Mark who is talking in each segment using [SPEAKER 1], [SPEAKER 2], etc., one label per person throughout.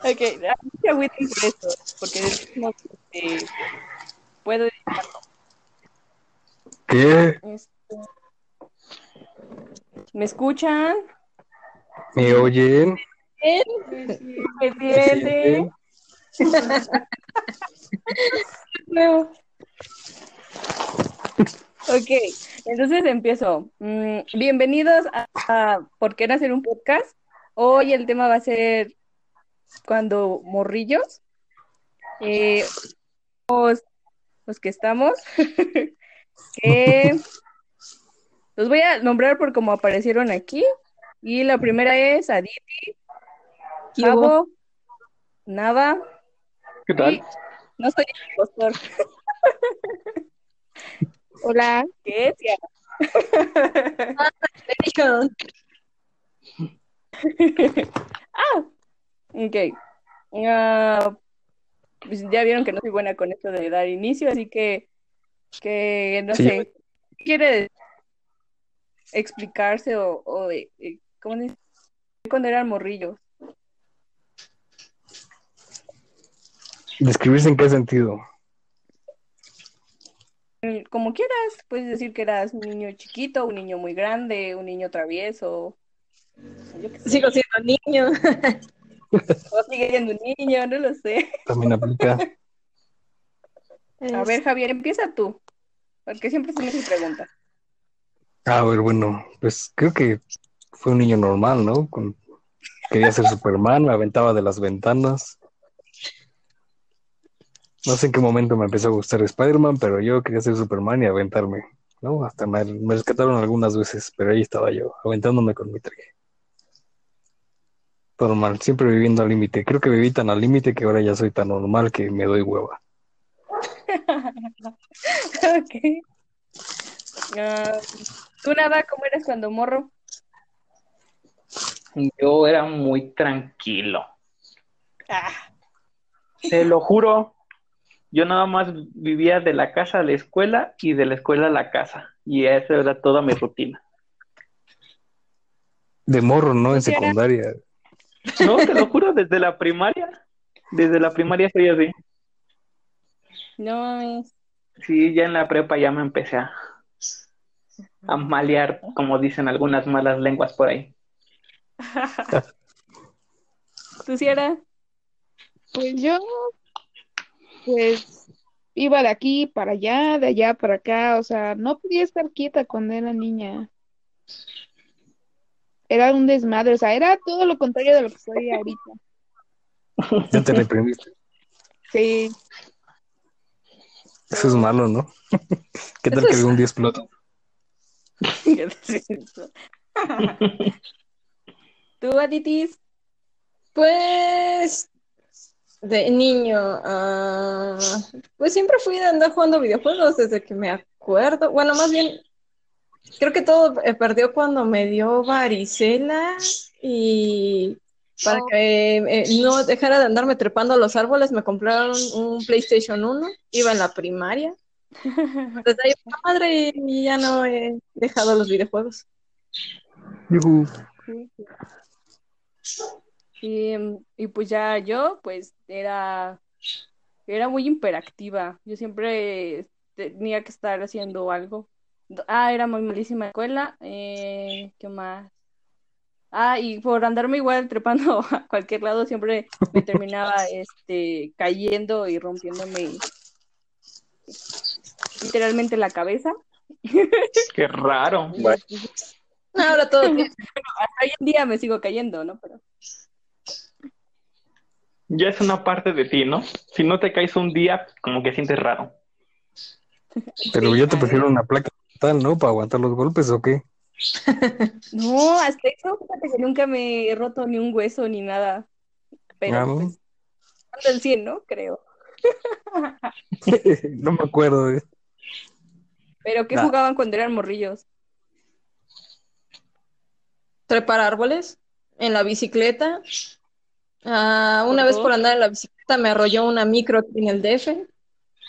[SPEAKER 1] Ok, no se agüiten por eso, porque decimos, este, puedo editarlo.
[SPEAKER 2] ¿Qué?
[SPEAKER 1] Este, ¿Me escuchan?
[SPEAKER 2] ¿Me oyen?
[SPEAKER 1] ¿Me entienden? Nuevo. Ok, entonces empiezo. Mm, bienvenidos a, a ¿Por qué no hacer un podcast? Hoy el tema va a ser cuando morrillos, eh, los, los que estamos, que los voy a nombrar por como aparecieron aquí. Y la primera es Aditi,
[SPEAKER 3] ¿Qué hubo?
[SPEAKER 1] Javo, Nava.
[SPEAKER 2] ¿Qué
[SPEAKER 1] y-
[SPEAKER 2] tal?
[SPEAKER 1] no soy el impostor.
[SPEAKER 3] Hola.
[SPEAKER 1] ¿Qué es? Ok. Ah, pues ya vieron que no soy buena con esto de dar inicio, así que, que no
[SPEAKER 2] Sí.
[SPEAKER 1] sé, ¿qué quiere explicarse o, o de- de- ¿cómo dice? Cuando eran morrillos.
[SPEAKER 2] ¿Describirse en qué sentido?
[SPEAKER 1] Mm, Como quieras, puedes decir que eras un niño chiquito, un niño muy grande, un niño travieso. Yo qué sé,
[SPEAKER 3] Sigo siendo niño.
[SPEAKER 1] o sigue siendo un niño, no lo sé.
[SPEAKER 2] También aplica.
[SPEAKER 1] A ver, Javier, empieza tú, porque siempre se me hace pregunta.
[SPEAKER 2] Ah, A ver, bueno, pues creo que fue un niño normal, ¿no? Con- Quería ser Superman, me aventaba de las ventanas. No sé en qué momento me empezó a gustar Spider-Man, pero yo quería ser Superman y aventarme, ¿no? Hasta me, me rescataron algunas veces, pero ahí estaba yo, aventándome con mi traje. Normal, siempre viviendo al límite. Creo que viví tan al límite que ahora ya soy tan normal que me doy hueva.
[SPEAKER 1] Ok. Ah, ¿Tú nada? ¿Cómo eras cuando morro?
[SPEAKER 4] Yo era muy tranquilo.
[SPEAKER 1] Ah,
[SPEAKER 4] Se lo juro. Yo nada más vivía de la casa a la escuela y de la escuela a la casa. Y esa era toda mi rutina.
[SPEAKER 2] De morro, ¿no? En
[SPEAKER 1] Sí, era.
[SPEAKER 2] secundaria.
[SPEAKER 4] No, te lo juro, desde la primaria. Desde la primaria soy así.
[SPEAKER 1] no es.
[SPEAKER 4] Sí, ya en la prepa ya me empecé a, a malear, como dicen algunas malas lenguas por ahí.
[SPEAKER 1] ¿Tú sí eras?
[SPEAKER 3] Pues yo, pues, iba de aquí para allá, de allá para acá, o sea, no podía estar quieta cuando era niña. Era un desmadre, o sea, era todo lo contrario de lo que soy ahorita.
[SPEAKER 2] Ya te reprimiste.
[SPEAKER 3] Sí,
[SPEAKER 2] Eso es malo, ¿no? ¿Qué tal que algún día explota?
[SPEAKER 1] ¿Tú, Aditis?
[SPEAKER 5] Pues de niño, ah, pues siempre fui de andar jugando videojuegos desde que me acuerdo. Bueno, más bien, creo que todo eh, perdió cuando me dio varicela y para que eh, no dejara de andarme trepando a los árboles, me compraron un PlayStation 1, iba en la primaria. Desde ahí, "Ah, madre, y ya no he dejado los videojuegos.
[SPEAKER 2] Yujú.
[SPEAKER 1] Y, em, y pues ya yo, pues era, era muy imperactiva. Yo siempre tenía que estar haciendo algo. Ah, era muy malísima en la escuela. Eh, ¿qué más? Ah, y por andarme igual trepando a cualquier lado, siempre me terminaba este, cayendo y rompiéndome literalmente la cabeza.
[SPEAKER 4] Qué raro.
[SPEAKER 5] Ahora todo bien.
[SPEAKER 1] Hoy en día me sigo cayendo, ¿no? Pero
[SPEAKER 4] Ya es una parte de ti, ¿no? Si no te caes un día, como que sientes raro.
[SPEAKER 2] Pero yo te prefiero una placa tal, ¿no? Para aguantar los golpes o qué.
[SPEAKER 1] No, hasta eso, fíjate que nunca me he roto ni un hueso ni nada. Pero
[SPEAKER 2] Ah, ¿no?
[SPEAKER 1] pues, ando al 100, ¿no? Creo.
[SPEAKER 2] no me acuerdo. ¿eh?
[SPEAKER 1] Pero ¿qué
[SPEAKER 2] Nah.
[SPEAKER 1] jugaban cuando eran morrillos?
[SPEAKER 5] trepar árboles en la bicicleta. Ah, una
[SPEAKER 1] Ujú.
[SPEAKER 5] vez por andar en la bicicleta me arrolló una micro aquí en el DF.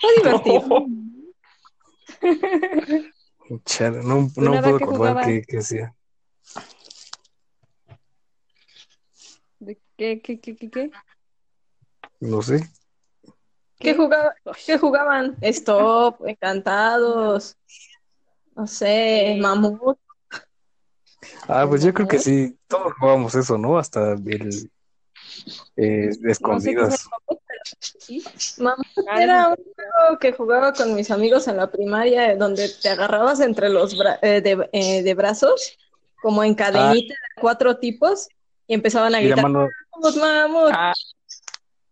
[SPEAKER 5] Fue divertido.
[SPEAKER 2] Chale, no,
[SPEAKER 1] nada,
[SPEAKER 2] no puedo
[SPEAKER 1] ¿qué
[SPEAKER 2] acordar
[SPEAKER 1] jugabas?
[SPEAKER 2] qué, qué hacía.
[SPEAKER 1] ¿Qué, qué, qué, qué, qué?
[SPEAKER 2] No sé.
[SPEAKER 5] ¿Qué, jugaba- qué jugaban? Stop, encantados, no sé, mamut.
[SPEAKER 2] Ah, pues yo creo que sí, todos jugábamos eso, ¿no? Hasta el eh,
[SPEAKER 1] No sé qué es el
[SPEAKER 2] escondidas.
[SPEAKER 1] mamut, pero sí.
[SPEAKER 5] Mamut
[SPEAKER 1] Ah,
[SPEAKER 5] era un juego que jugaba con mis amigos en la primaria, eh, donde te agarrabas entre los bra- eh, de, eh, de brazos, como en cadenita, de cuatro tipos, y empezaban a
[SPEAKER 2] Y la
[SPEAKER 5] gritar,
[SPEAKER 2] mano,
[SPEAKER 5] vamos, vamos,
[SPEAKER 4] Ah,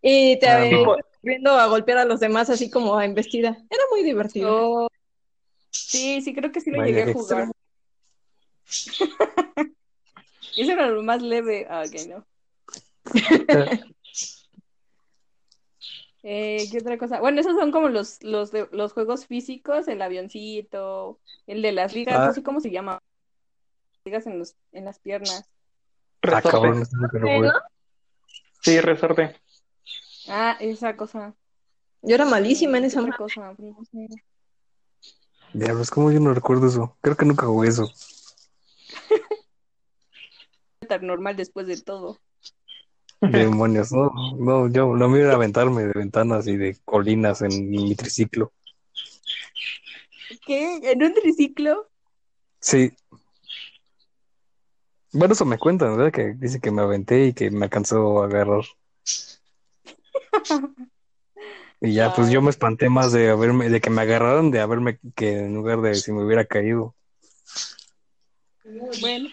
[SPEAKER 5] y te
[SPEAKER 2] Ah,
[SPEAKER 5] eh,
[SPEAKER 4] tipo,
[SPEAKER 5] corriendo a golpear a los demás así como a embestida. Era muy divertido.
[SPEAKER 1] Oh, sí, sí, creo que sí lo
[SPEAKER 2] Vaya,
[SPEAKER 1] llegué
[SPEAKER 2] qué
[SPEAKER 1] a jugar. Eso era lo más leve. Ah, ok, no. Eh, ¿qué otra cosa? Bueno, esos son como los, los, de- los juegos físicos, el avioncito, el de las ligas,
[SPEAKER 2] Ah.
[SPEAKER 1] no sé cómo se llama. Ligas en, los, en las piernas.
[SPEAKER 2] ah,
[SPEAKER 4] resorte.
[SPEAKER 2] cabrón, no sé lo que lo jugué.
[SPEAKER 4] Sí, resorte.
[SPEAKER 1] Ah, esa cosa.
[SPEAKER 5] Yo era malísima en esa
[SPEAKER 1] Otra
[SPEAKER 5] madre.
[SPEAKER 1] cosa. Pues, no sé.
[SPEAKER 2] Diablos, ¿cómo yo no recuerdo eso? Creo que nunca jugué eso.
[SPEAKER 1] Tan normal después de todo.
[SPEAKER 2] Demonios, no, no, yo lo mío era aventarme de ventanas y de colinas en mi triciclo.
[SPEAKER 1] ¿Qué? ¿En un triciclo?
[SPEAKER 2] Sí. Bueno, eso me cuentan, ¿verdad? Que dice que me aventé y que me alcanzó a agarrar. Y ya, pues yo me espanté más de haberme, de que me agarraran, de haberme, que en lugar de si me hubiera caído.
[SPEAKER 1] Bueno.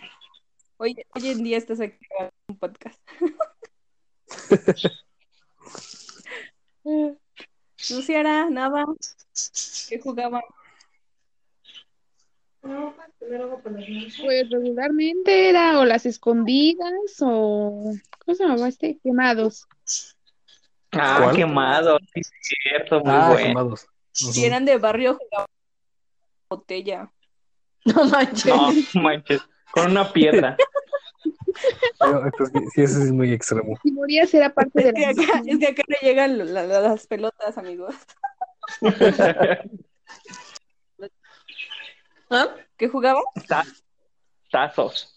[SPEAKER 1] Hoy, hoy en día estás aquí grabando un podcast. Luciana, nada. ¿Qué jugaba?
[SPEAKER 3] Pues regularmente era o las escondidas o ¿cómo se llamaba este? Quemados.
[SPEAKER 4] Ah,
[SPEAKER 2] ¿Cuál?
[SPEAKER 4] quemado. Sí, es cierto, muy
[SPEAKER 2] Ah,
[SPEAKER 4] bueno.
[SPEAKER 2] quemados.
[SPEAKER 1] Si eran de barrio, jugaban botella.
[SPEAKER 5] No manches.
[SPEAKER 4] No, manches. Con una piedra.
[SPEAKER 2] Pero, esto sí, sí, eso sí es muy extremo.
[SPEAKER 3] Si morías era parte de
[SPEAKER 1] Es que
[SPEAKER 3] la
[SPEAKER 1] acá, es que acá no llegan lo- la- la- las pelotas, amigos.
[SPEAKER 5] ¿Ah?
[SPEAKER 1] ¿Qué jugaba?
[SPEAKER 4] Ta- Tazos.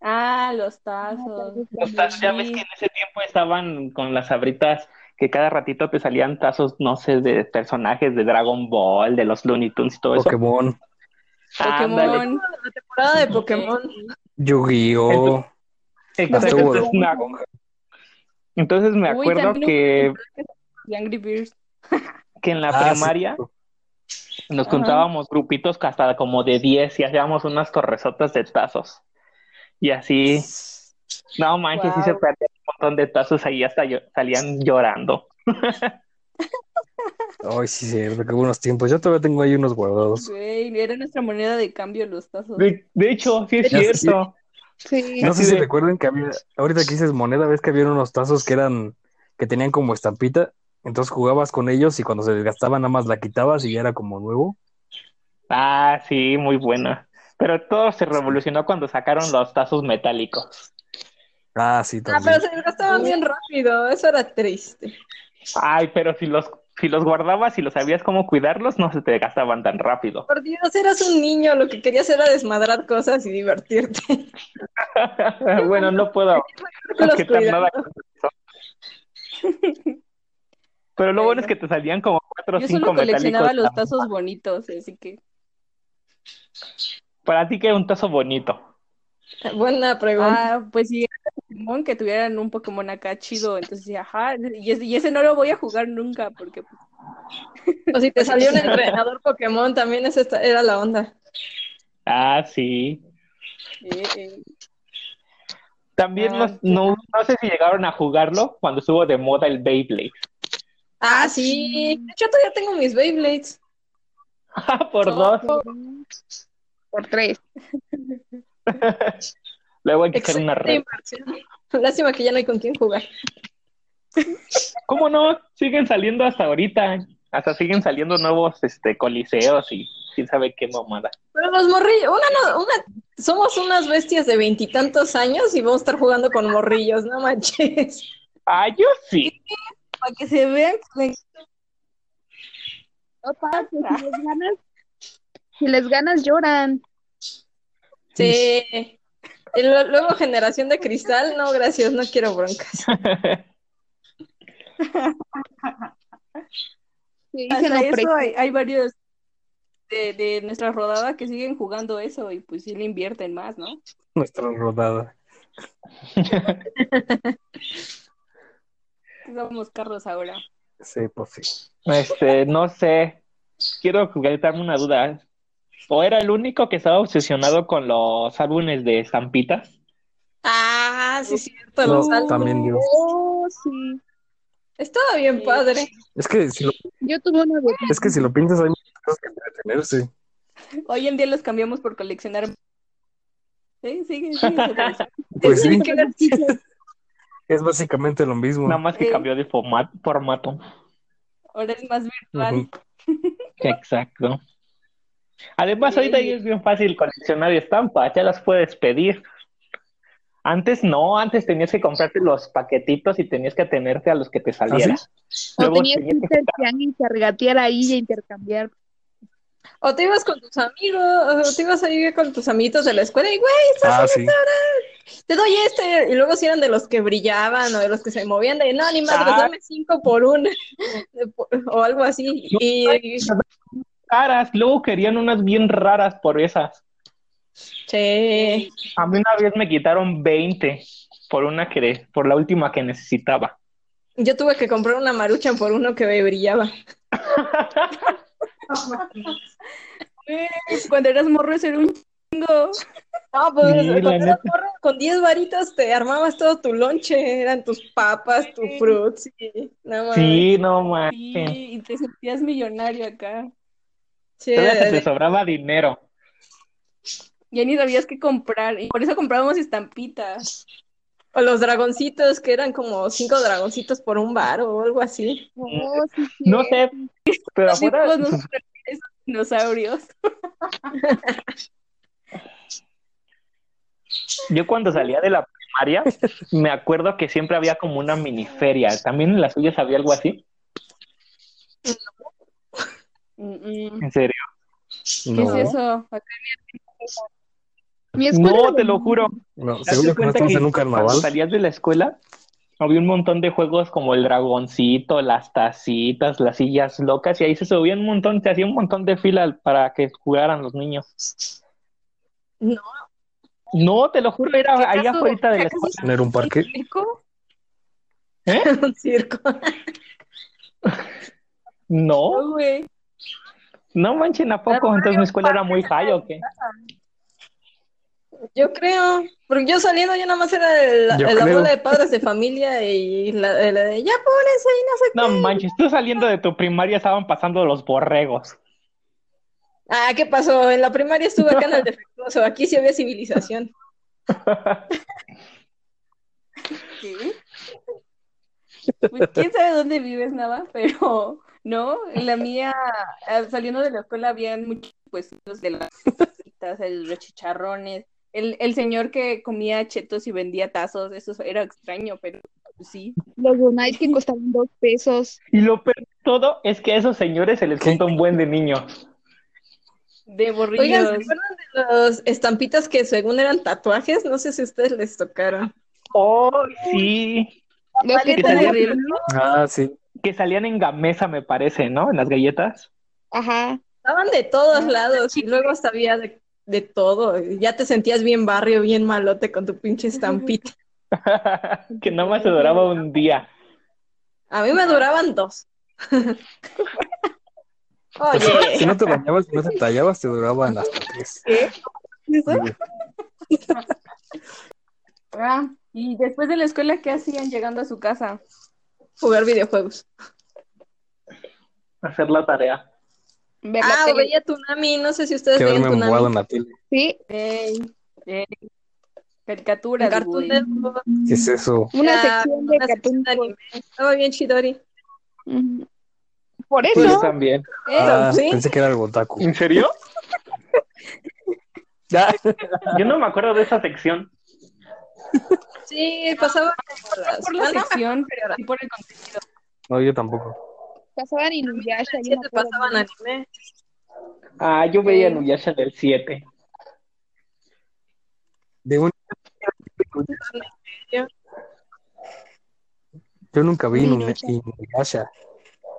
[SPEAKER 1] Ah, los tazos.
[SPEAKER 4] Los tazos, ya ves que en ese tiempo estaban con las abritas que cada ratito te salían tazos, no sé, de personajes de Dragon Ball, de los Looney Tunes y todo eso.
[SPEAKER 2] Pokémon,
[SPEAKER 4] Ándale.
[SPEAKER 1] Pokémon.
[SPEAKER 5] La temporada de Pokémon.
[SPEAKER 2] Yu-Gi-Oh! Hasta
[SPEAKER 4] Exacto,
[SPEAKER 2] hubo de
[SPEAKER 4] entonces, me ac-
[SPEAKER 2] Bob
[SPEAKER 4] entonces me
[SPEAKER 1] Uy,
[SPEAKER 4] acuerdo
[SPEAKER 1] también hubo
[SPEAKER 4] que,
[SPEAKER 1] de Angry Birds.
[SPEAKER 4] que en la
[SPEAKER 2] Ah, sí.
[SPEAKER 4] primaria nos
[SPEAKER 1] Ajá.
[SPEAKER 4] contábamos grupitos hasta como de 10 y hacíamos unas torresotas de tazos. Y así, no manches, sí se
[SPEAKER 1] Guau.
[SPEAKER 4] perdían un montón de tazos ahí hasta llo- salían llorando.
[SPEAKER 2] Ay, sí, cierto, qué buenos tiempos. Yo todavía tengo ahí unos guardados.
[SPEAKER 1] Güey, era nuestra moneda de cambio los tazos.
[SPEAKER 4] De, de hecho, sí es
[SPEAKER 2] Ya sé,
[SPEAKER 4] cierto.
[SPEAKER 3] Sí.
[SPEAKER 2] No sé
[SPEAKER 4] Así
[SPEAKER 2] si
[SPEAKER 4] de-
[SPEAKER 2] recuerden que había, ahorita que dices moneda, ves que había unos tazos que eran, que tenían como estampita, entonces jugabas con ellos y cuando se desgastaban nada más la quitabas y ya era como nuevo.
[SPEAKER 4] Ah, sí, muy buena. Pero todo se revolucionó cuando sacaron los tazos metálicos.
[SPEAKER 2] Ah, sí,
[SPEAKER 5] Ah, pero
[SPEAKER 2] también.
[SPEAKER 5] se desgastaban bien rápido. Eso era triste.
[SPEAKER 4] Ay, pero si los, si los guardabas y los sabías cómo cuidarlos, no se te gastaban tan rápido.
[SPEAKER 5] Por Dios, eras un niño. Lo que querías era desmadrar cosas y divertirte.
[SPEAKER 4] bueno, no puedo
[SPEAKER 5] Los
[SPEAKER 4] objetar nada
[SPEAKER 5] cuidando.
[SPEAKER 4] con eso. Pero lo bueno es que te salían como cuatro o
[SPEAKER 1] Yo
[SPEAKER 4] cinco
[SPEAKER 1] solo coleccionaba los
[SPEAKER 4] metálicos.
[SPEAKER 1] tazos bonitos, así que.
[SPEAKER 4] Para ti que era un tazo bonito.
[SPEAKER 5] Buena pregunta.
[SPEAKER 1] Ah, pues sí, era Pokémon, que tuvieran un Pokémon acá chido. Entonces, ajá, y ese, y ese no lo voy a jugar nunca, porque pues,
[SPEAKER 5] O si te salió un entrenador Pokémon, también esa esta- era la onda.
[SPEAKER 4] Ah, sí.
[SPEAKER 1] eh, eh,
[SPEAKER 4] También
[SPEAKER 1] Ah,
[SPEAKER 4] los- no, no sé si llegaron a jugarlo cuando estuvo de moda el Beyblade.
[SPEAKER 5] Ah, sí. De hecho, todavía tengo mis Beyblades.
[SPEAKER 4] Ah, por
[SPEAKER 1] No. pues,
[SPEAKER 4] dos.
[SPEAKER 3] Por tres.
[SPEAKER 4] Luego hay que hacer
[SPEAKER 5] Excelente
[SPEAKER 4] una red.
[SPEAKER 5] inversión. Lástima que ya no hay con quién jugar.
[SPEAKER 4] ¿Cómo no? Siguen saliendo hasta ahorita. Hasta siguen saliendo nuevos este, coliseos y quién sabe qué mamada.
[SPEAKER 5] Pero los morrillos, una no, una, somos unas bestias de veintitantos años y vamos a estar jugando con morrillos, no manches.
[SPEAKER 4] Ah, yo sí.
[SPEAKER 1] para que se vean.
[SPEAKER 3] Opa, que si les ganas, si les ganas lloran.
[SPEAKER 5] Sí. Y lo- luego generación de cristal, no, gracias, no quiero broncas.
[SPEAKER 3] Sí, se
[SPEAKER 1] Hasta
[SPEAKER 3] lo
[SPEAKER 1] eso eh.
[SPEAKER 3] pre-
[SPEAKER 1] hay, hay varios de, de nuestra rodada que siguen jugando eso y pues sí le invierten más, ¿no?
[SPEAKER 2] Nuestra rodada.
[SPEAKER 1] Somos carros ahora.
[SPEAKER 2] Sí, pues sí.
[SPEAKER 4] Este, no sé. Quiero darme una duda. ¿O era el único que estaba obsesionado con los álbumes de estampitas?
[SPEAKER 5] Ah, sí, cierto,
[SPEAKER 2] No,
[SPEAKER 5] los álbumes.
[SPEAKER 2] también yo.
[SPEAKER 3] Oh, sí.
[SPEAKER 5] Estaba bien padre.
[SPEAKER 2] Es que si lo,
[SPEAKER 3] Yo tuve una de
[SPEAKER 2] es que si lo piensas, hay muchas cosas que entretenerse.
[SPEAKER 1] Hoy en día los cambiamos por coleccionar. Sí, sigue, sigue. Sotelito.
[SPEAKER 2] Pues
[SPEAKER 5] Sí,
[SPEAKER 2] sí,
[SPEAKER 5] qué gracioso.
[SPEAKER 2] es básicamente lo mismo.
[SPEAKER 4] Nada más que
[SPEAKER 1] Sí.
[SPEAKER 4] cambió de forma- formato.
[SPEAKER 1] Ahora es más virtual.
[SPEAKER 2] Ujú.
[SPEAKER 4] Exacto. Además,
[SPEAKER 1] Sí.
[SPEAKER 4] ahorita ya es bien fácil coleccionar estampas, ya las puedes pedir. Antes no, antes tenías que comprarte los paquetitos y tenías que atenerte a los que te salieran.
[SPEAKER 2] ¿Ah,
[SPEAKER 3] O
[SPEAKER 4] Luego
[SPEAKER 3] tenías que
[SPEAKER 4] tenías
[SPEAKER 3] irte al tianguis a regatear ahí y a intercambiar.
[SPEAKER 5] O te ibas con tus amigos, o te ibas a ir con tus amiguitos de la escuela y, güey, estás
[SPEAKER 2] Ah,
[SPEAKER 5] en
[SPEAKER 2] sí.
[SPEAKER 5] te doy este. Y luego si eran de los que brillaban o de los que se movían de, no, ni madre,
[SPEAKER 4] Ah.
[SPEAKER 5] dame cinco por una. o algo así. Y,
[SPEAKER 4] caras, luego querían unas bien raras por esas.
[SPEAKER 5] che,
[SPEAKER 4] A mí una vez me quitaron 20 por una que, por la última que necesitaba.
[SPEAKER 5] yo tuve que comprar una maruchan por uno que me brillaba.
[SPEAKER 1] Güey, Cuando eras morro, eso era un chingo.
[SPEAKER 5] No, pues
[SPEAKER 4] Sí,
[SPEAKER 5] cuando
[SPEAKER 4] la
[SPEAKER 5] eras
[SPEAKER 4] neta.
[SPEAKER 5] morro, con 10 varitas te armabas todo tu lonche, eran tus papas, tu
[SPEAKER 1] Sí.
[SPEAKER 5] fruits y nada más.
[SPEAKER 4] Ah, Sí, no manches.
[SPEAKER 1] Sí, y te sentías millonario acá.
[SPEAKER 5] Sí,
[SPEAKER 4] Todavía se te
[SPEAKER 5] de-
[SPEAKER 4] sobraba dinero.
[SPEAKER 1] Ya ni sabías qué comprar. Y por eso comprábamos estampitas.
[SPEAKER 5] o los dragoncitos, que eran como cinco dragoncitos por un bar o algo así.
[SPEAKER 3] Oh, sí, sí.
[SPEAKER 4] Mm, No sé, pero
[SPEAKER 1] Así
[SPEAKER 4] afuera
[SPEAKER 1] todos nosotros, esos dinosaurios.
[SPEAKER 4] Yo cuando salía de la primaria, me acuerdo que siempre había como una miniferia. ¿También en las suyas había algo así?
[SPEAKER 1] Mm, mm.
[SPEAKER 4] ¿En serio?
[SPEAKER 1] ¿Qué
[SPEAKER 2] No,
[SPEAKER 1] es eso?
[SPEAKER 3] Mi escuela
[SPEAKER 4] No, te lo juro.
[SPEAKER 2] no,
[SPEAKER 4] ¿Te das
[SPEAKER 2] seguro que no
[SPEAKER 4] cuenta
[SPEAKER 2] estamos
[SPEAKER 4] que
[SPEAKER 2] en un
[SPEAKER 4] Cuando
[SPEAKER 2] carnaval.
[SPEAKER 4] salías de la escuela, había un montón de juegos como el dragoncito, las tacitas, las sillas locas, y ahí se subía un montón, se hacía un montón de fila para que jugaran los niños.
[SPEAKER 5] No.
[SPEAKER 4] No, te lo juro, era
[SPEAKER 1] ¿Acaso-
[SPEAKER 4] ahí afuera de la
[SPEAKER 1] acaso-
[SPEAKER 4] escuela.
[SPEAKER 2] Tener un parque.
[SPEAKER 1] ¿Circo?
[SPEAKER 5] Un circo.
[SPEAKER 4] No,
[SPEAKER 1] No, güey.
[SPEAKER 4] no manchen a poco. Entonces mi escuela era muy high o qué.
[SPEAKER 5] Yo creo, porque yo saliendo yo nada más era el,
[SPEAKER 2] Yo
[SPEAKER 5] el
[SPEAKER 2] creo.
[SPEAKER 5] abuelo de padres de familia y la, la de ya pones ahí, no sé qué.
[SPEAKER 4] No manches, tú saliendo de tu primaria estaban pasando los borregos.
[SPEAKER 5] Ah, ¿qué pasó? En la primaria estuve acá en el defectuoso, aquí sí había civilización.
[SPEAKER 1] ¿Qué? Pues, quién sabe dónde vives, Nava, pero no, en la mía, eh, saliendo de la escuela, habían muchos puestos de las cositas, el- los chicharrones, el, el señor que comía chetos y vendía tazos, eso era extraño, pero pues, sí.
[SPEAKER 3] los donuts que costaban dos pesos.
[SPEAKER 4] Y lo peor de todo es que a esos señores se les junta un buen de niños.
[SPEAKER 1] De borrillos.
[SPEAKER 5] Oigan, ¿se acuerdan de los estampitas que según eran tatuajes? No sé si a ustedes les tocaron.
[SPEAKER 4] Oh, sí.
[SPEAKER 3] Los que
[SPEAKER 1] Paleta de
[SPEAKER 3] tenían-
[SPEAKER 1] borrillo.
[SPEAKER 2] Ah, sí.
[SPEAKER 4] Que salían en Gamesa, me parece, ¿no? En las galletas.
[SPEAKER 3] Ajá.
[SPEAKER 5] Estaban de todos lados y luego hasta había de, de todo. Ya te sentías bien barrio, bien malote con tu pinche estampita.
[SPEAKER 4] que nada más se duraba un día.
[SPEAKER 5] A mí me duraban dos.
[SPEAKER 2] Pues,
[SPEAKER 5] Oye,
[SPEAKER 2] si no te bañabas, si no te tallabas, te duraban hasta tres.
[SPEAKER 1] Ah, y después de la escuela, ¿qué hacían llegando a su casa?
[SPEAKER 5] jugar videojuegos.
[SPEAKER 4] Hacer la tarea.
[SPEAKER 1] Ver la
[SPEAKER 5] Ah,
[SPEAKER 1] tele.
[SPEAKER 5] veía Tunami, no sé si ustedes
[SPEAKER 2] Que
[SPEAKER 5] veían
[SPEAKER 2] haberme mudado en
[SPEAKER 5] Tunami.
[SPEAKER 2] la tele.
[SPEAKER 3] Sí,
[SPEAKER 1] Ey, ey. Caricaturas,
[SPEAKER 5] Cartoon
[SPEAKER 1] güey.
[SPEAKER 5] Network,
[SPEAKER 2] ¿Qué es eso?
[SPEAKER 3] Mm, una
[SPEAKER 5] Ah,
[SPEAKER 3] sección de
[SPEAKER 5] una sección
[SPEAKER 3] Cartoon
[SPEAKER 5] de
[SPEAKER 3] Network.
[SPEAKER 5] anime. Estaba bien Chidori.
[SPEAKER 3] Ujú. Por
[SPEAKER 4] Pues
[SPEAKER 3] eso,
[SPEAKER 4] también.
[SPEAKER 2] Ah,
[SPEAKER 5] ¿Eh? sí.
[SPEAKER 2] pensé que era algo otaku.
[SPEAKER 4] ¿En serio? Yo no me acuerdo de esa sección.
[SPEAKER 5] Sí, pasaba por las...
[SPEAKER 1] Por la
[SPEAKER 5] Ah, no,
[SPEAKER 1] sección, pero
[SPEAKER 5] ahora.
[SPEAKER 1] sí por el contenido.
[SPEAKER 2] No, yo tampoco.
[SPEAKER 3] pasaban Inuyasha. yo me
[SPEAKER 5] siete
[SPEAKER 3] acuerdo.
[SPEAKER 5] pasaban anime.
[SPEAKER 4] Ah, yo veía Nuyasha del 7.
[SPEAKER 2] De un Yo nunca vi Inun-
[SPEAKER 3] Inuyasha.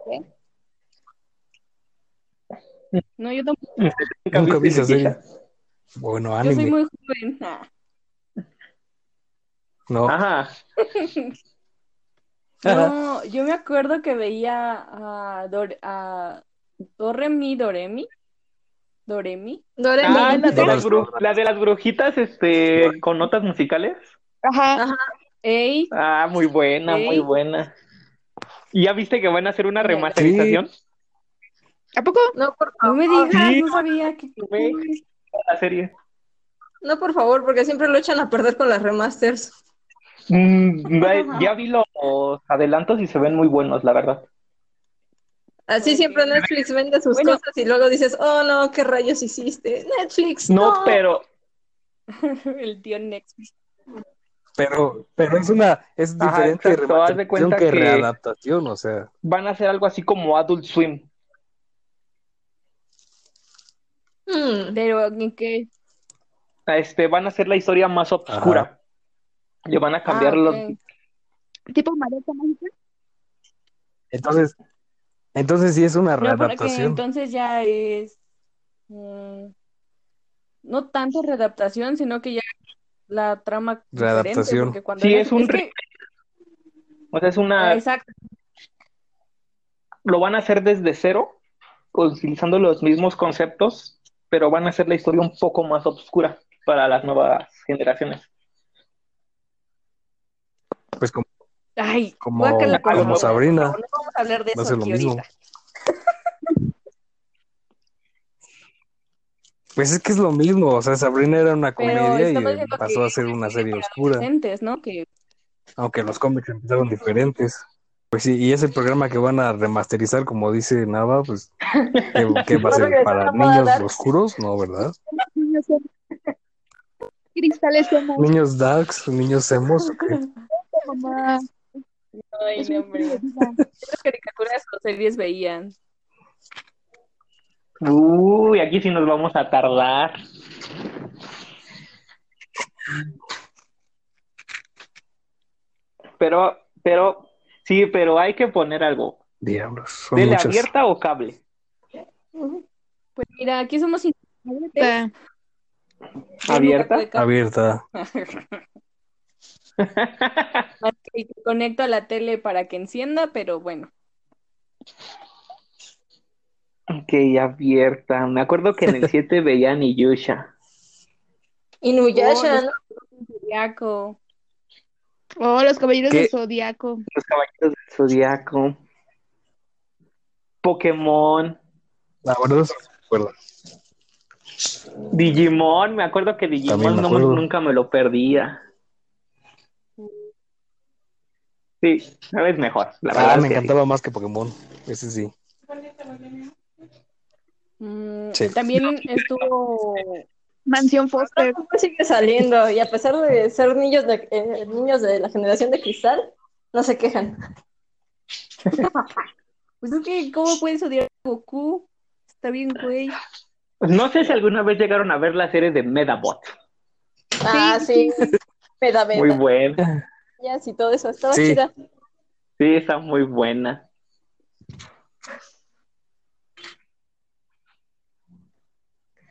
[SPEAKER 2] Inuyasha.
[SPEAKER 1] No, yo tampoco.
[SPEAKER 2] Nunca vi esa
[SPEAKER 4] Inuyasha?
[SPEAKER 2] serie. Bueno,
[SPEAKER 1] Yo soy
[SPEAKER 2] anime.
[SPEAKER 1] muy joven. Ah,
[SPEAKER 2] No.
[SPEAKER 4] Ajá.
[SPEAKER 1] No, yo me acuerdo que veía a, Dor a Doremi, Doremi. Doremi.
[SPEAKER 5] Doremi.
[SPEAKER 4] Ah, la de,
[SPEAKER 2] Doremi.
[SPEAKER 4] las bru- la de las brujitas este, con notas musicales.
[SPEAKER 3] Ajá.
[SPEAKER 1] Ey,
[SPEAKER 4] Ah, muy buena,
[SPEAKER 1] Sí.
[SPEAKER 4] muy buena. ¿Y ya viste que van a hacer una
[SPEAKER 1] Sí.
[SPEAKER 4] remasterización?
[SPEAKER 3] ¿A poco?
[SPEAKER 5] No,
[SPEAKER 1] no
[SPEAKER 5] por favor.
[SPEAKER 1] me digas,
[SPEAKER 4] Sí.
[SPEAKER 1] no sabía que.
[SPEAKER 4] Güey. La serie.
[SPEAKER 5] No, por favor, porque siempre lo echan a perder con las remasters.
[SPEAKER 4] Mm, va- ya vi los adelantos y se ven muy buenos, la verdad.
[SPEAKER 5] Así siempre Netflix vende sus
[SPEAKER 1] Bueno.
[SPEAKER 5] cosas y luego dices, oh no, ¿qué rayos hiciste? Netflix.
[SPEAKER 4] No, pero
[SPEAKER 1] El tío Next.
[SPEAKER 2] Pero, pero es una, es
[SPEAKER 4] Ajá,
[SPEAKER 2] diferente
[SPEAKER 4] exacto, haz de
[SPEAKER 2] remasterización
[SPEAKER 4] cuenta
[SPEAKER 2] que,
[SPEAKER 4] que-
[SPEAKER 2] readaptación, o sea,
[SPEAKER 4] van a hacer algo así como Adult Swim.
[SPEAKER 5] Hmm.
[SPEAKER 1] Pero, ¿en qué?
[SPEAKER 4] Este, van a hacer la historia más oscura. Le van a cambiar
[SPEAKER 1] Ah,
[SPEAKER 4] los-
[SPEAKER 1] ok.
[SPEAKER 3] ¿Tipo maleta mágica?
[SPEAKER 2] entonces, entonces sí es una
[SPEAKER 1] No, porque
[SPEAKER 2] readaptación.
[SPEAKER 1] entonces ya es. mm, no tanto readaptación, sino que ya la trama. diferente,
[SPEAKER 2] Readaptación.
[SPEAKER 1] porque cuando
[SPEAKER 4] Sí,
[SPEAKER 1] era-
[SPEAKER 4] es un
[SPEAKER 1] que-
[SPEAKER 4] re- O sea, es una,
[SPEAKER 1] ah, Exacto.
[SPEAKER 4] lo van a hacer desde cero, utilizando los mismos conceptos, pero van a hacer la historia un poco más oscura para las nuevas generaciones.
[SPEAKER 2] Pues como,
[SPEAKER 1] Ay,
[SPEAKER 2] como,
[SPEAKER 1] guácala, por
[SPEAKER 2] como
[SPEAKER 1] favor.
[SPEAKER 2] Sabrina,
[SPEAKER 1] No vamos a hablar de
[SPEAKER 2] va
[SPEAKER 1] eso
[SPEAKER 2] a ser lo
[SPEAKER 1] aquí
[SPEAKER 2] mismo.
[SPEAKER 1] ahorita.
[SPEAKER 2] Pues es que es lo mismo, o sea, Sabrina era una
[SPEAKER 1] Pero
[SPEAKER 2] comedia
[SPEAKER 1] estamos
[SPEAKER 2] y
[SPEAKER 1] viendo que
[SPEAKER 2] pasó a ser una serie oscura.
[SPEAKER 1] Presentes, ¿no? Que
[SPEAKER 2] aunque los cómics empezaron diferentes. Pues sí, y ese programa que van a remasterizar, como dice Nava, pues, ¿qué, qué va a ser? ¿Para niños oscuros? No, ¿verdad?
[SPEAKER 3] Niños en- Cristales en la
[SPEAKER 2] ¿Niños darks? ¿Niños emos? ¿O qué?
[SPEAKER 3] mamá.
[SPEAKER 1] Ay,
[SPEAKER 3] Es
[SPEAKER 1] no,
[SPEAKER 3] muy
[SPEAKER 1] hombre.
[SPEAKER 3] divertida.
[SPEAKER 1] Esas caricaturas o series veían.
[SPEAKER 4] Uy, aquí sí nos vamos a tardar. Pero, pero, sí, pero hay que poner algo.
[SPEAKER 2] Diablos, son
[SPEAKER 4] ¿Tele
[SPEAKER 2] muchas.
[SPEAKER 4] abierta o cable?
[SPEAKER 1] Pues mira, aquí somos independientes.
[SPEAKER 3] Está.
[SPEAKER 4] ¿Abierta?
[SPEAKER 2] Abierta.
[SPEAKER 1] Y te conecto a la tele para que encienda, pero bueno.
[SPEAKER 4] Ok, abierta. Me acuerdo que en el 7 veían Yusha.
[SPEAKER 5] Inuyasha, ¿no?
[SPEAKER 1] Zodiaco.
[SPEAKER 3] Oh, los caballeros
[SPEAKER 4] ¿Qué?
[SPEAKER 3] del zodiaco.
[SPEAKER 4] Los Caballeros del Zodiaco. Pokémon.
[SPEAKER 2] La verdad es que no me acuerdo.
[SPEAKER 4] Digimon. Me acuerdo que
[SPEAKER 2] También
[SPEAKER 4] Digimon
[SPEAKER 2] me
[SPEAKER 4] no-
[SPEAKER 2] acuerdo.
[SPEAKER 4] nunca me lo perdía. Sí, a vez mejor. La verdad
[SPEAKER 2] Ah,
[SPEAKER 4] es
[SPEAKER 2] me
[SPEAKER 4] que sí.
[SPEAKER 2] encantaba más que Pokémon. Ese sí.
[SPEAKER 1] Mm,
[SPEAKER 2] Sí.
[SPEAKER 1] También estuvo.
[SPEAKER 3] Mansión Foster.
[SPEAKER 5] Siempre sigue saliendo y a pesar de ser niños de, eh, niños de la generación de cristal, no se quejan.
[SPEAKER 1] Pues es que, ¿cómo puedes odiar a Goku? Está bien, güey.
[SPEAKER 4] No sé si alguna vez llegaron a ver la serie de Medabot.
[SPEAKER 5] Ah, sí. Peda,
[SPEAKER 4] Muy buena.
[SPEAKER 5] y todo eso. Estaba
[SPEAKER 2] Sí.
[SPEAKER 5] chida.
[SPEAKER 4] Sí, está muy buena.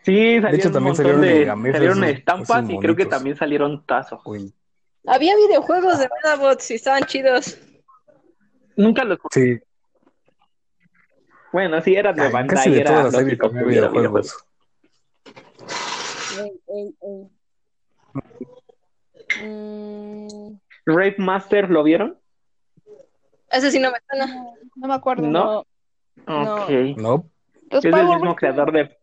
[SPEAKER 4] Sí, salieron
[SPEAKER 2] hecho,
[SPEAKER 4] un
[SPEAKER 2] también
[SPEAKER 4] montón
[SPEAKER 2] salieron
[SPEAKER 4] de-
[SPEAKER 2] Megamezas,
[SPEAKER 4] salieron
[SPEAKER 2] esos-
[SPEAKER 4] estampas
[SPEAKER 2] esos
[SPEAKER 4] y creo que
[SPEAKER 2] monitos.
[SPEAKER 4] también salieron tazos.
[SPEAKER 2] Uy,
[SPEAKER 5] Había videojuegos de Medabots y estaban chidos.
[SPEAKER 4] Nunca los
[SPEAKER 2] Sí,
[SPEAKER 4] Bueno, sí, eran de
[SPEAKER 2] ay,
[SPEAKER 4] Bandai,
[SPEAKER 2] Ah, casi de
[SPEAKER 4] era
[SPEAKER 2] todas las
[SPEAKER 4] lógico
[SPEAKER 2] series
[SPEAKER 4] que
[SPEAKER 2] también
[SPEAKER 4] hubiera
[SPEAKER 2] videojuegos.
[SPEAKER 1] Ey, ey, ey. Mm,
[SPEAKER 4] videojuegos. Raid Master, ¿lo vieron?
[SPEAKER 5] Ese sí no me suena.
[SPEAKER 3] No me acuerdo.
[SPEAKER 4] No.
[SPEAKER 1] No.
[SPEAKER 4] Ok.
[SPEAKER 2] No,
[SPEAKER 3] Los
[SPEAKER 4] Es del
[SPEAKER 3] Power
[SPEAKER 4] mismo creador de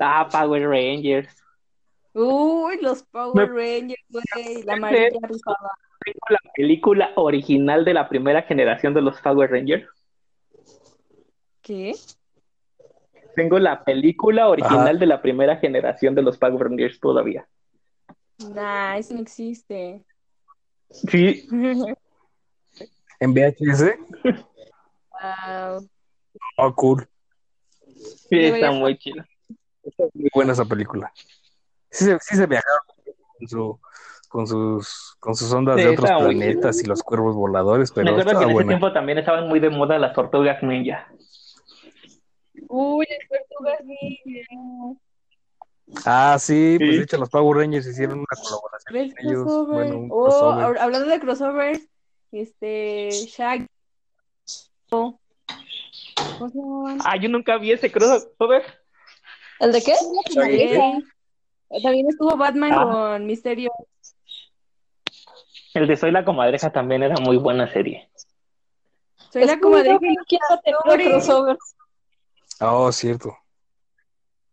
[SPEAKER 4] ah, Power Rangers.
[SPEAKER 1] Uy, los Power Rangers, güey. La amarilla rosada.
[SPEAKER 4] Tengo la película original de la primera generación de los Power Rangers.
[SPEAKER 1] ¿Qué?
[SPEAKER 4] Tengo la película original
[SPEAKER 2] Ajá.
[SPEAKER 4] de la primera generación de los Power Rangers todavía.
[SPEAKER 1] Nah, eso no existe.
[SPEAKER 4] Sí,
[SPEAKER 2] en VHS.
[SPEAKER 1] Wow.
[SPEAKER 2] Oh, cool.
[SPEAKER 4] sí,
[SPEAKER 1] Deberías-
[SPEAKER 4] está muy chida.
[SPEAKER 2] Muy buena esa película. Sí, se- sí se viajaron. con, su, con, sus, con sus ondas
[SPEAKER 4] Sí,
[SPEAKER 2] de otros
[SPEAKER 4] estaba muy
[SPEAKER 2] planetas y los cuervos voladores, pero
[SPEAKER 4] Me acuerdo
[SPEAKER 2] estaba
[SPEAKER 4] que en ese
[SPEAKER 2] buena.
[SPEAKER 4] tiempo también estaban muy de moda las tortugas ninja.
[SPEAKER 1] Uy, las tortugas ninja.
[SPEAKER 2] Ah, sí, pues
[SPEAKER 4] Sí.
[SPEAKER 2] de hecho los Power Rangers hicieron una colaboración
[SPEAKER 1] Tres
[SPEAKER 2] con ellos.
[SPEAKER 1] crossovers.
[SPEAKER 2] Bueno, un
[SPEAKER 1] Oh,
[SPEAKER 2] crossover.
[SPEAKER 1] hab- hablando de crossovers, este, Shaggy. Oh. ¿Cómo se llamaban?
[SPEAKER 4] Ah, yo nunca vi ese crossover.
[SPEAKER 5] ¿El de qué?
[SPEAKER 1] También, también estuvo Batman
[SPEAKER 4] Ah.
[SPEAKER 1] con Misterio.
[SPEAKER 4] El de Soy la Comadreja también era muy buena serie.
[SPEAKER 1] Soy la
[SPEAKER 5] Es como
[SPEAKER 1] comadreja
[SPEAKER 5] de
[SPEAKER 1] y
[SPEAKER 5] tener crossovers.
[SPEAKER 2] Ah, Oh, cierto.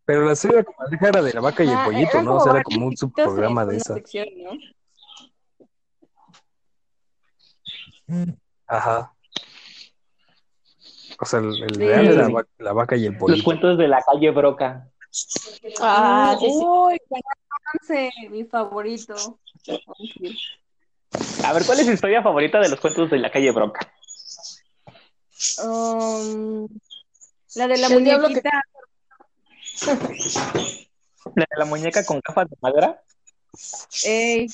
[SPEAKER 2] Pero la serie de la comadreja era de la vaca y el
[SPEAKER 1] Ah,
[SPEAKER 2] pollito,
[SPEAKER 1] eran
[SPEAKER 2] ¿no? O sea, era
[SPEAKER 1] varios
[SPEAKER 2] como un
[SPEAKER 1] chiquitos en
[SPEAKER 2] subprograma de
[SPEAKER 1] una
[SPEAKER 2] esa.
[SPEAKER 1] sección, ¿no?
[SPEAKER 2] Ajá. O sea, el, el
[SPEAKER 1] Sí.
[SPEAKER 2] real era la, vaca- la vaca y el
[SPEAKER 4] Los
[SPEAKER 2] pollito.
[SPEAKER 4] cuentos de la calle Broca.
[SPEAKER 5] Ah, sí, sí.
[SPEAKER 1] Uy, Canal 11, mi favorito.
[SPEAKER 4] A ver, ¿cuál es su historia favorita de los cuentos de la calle Broca?
[SPEAKER 1] Um, la de la
[SPEAKER 5] El diablo
[SPEAKER 1] muñequita.
[SPEAKER 4] ¿La de la muñeca con gafas de madera?
[SPEAKER 1] Ey,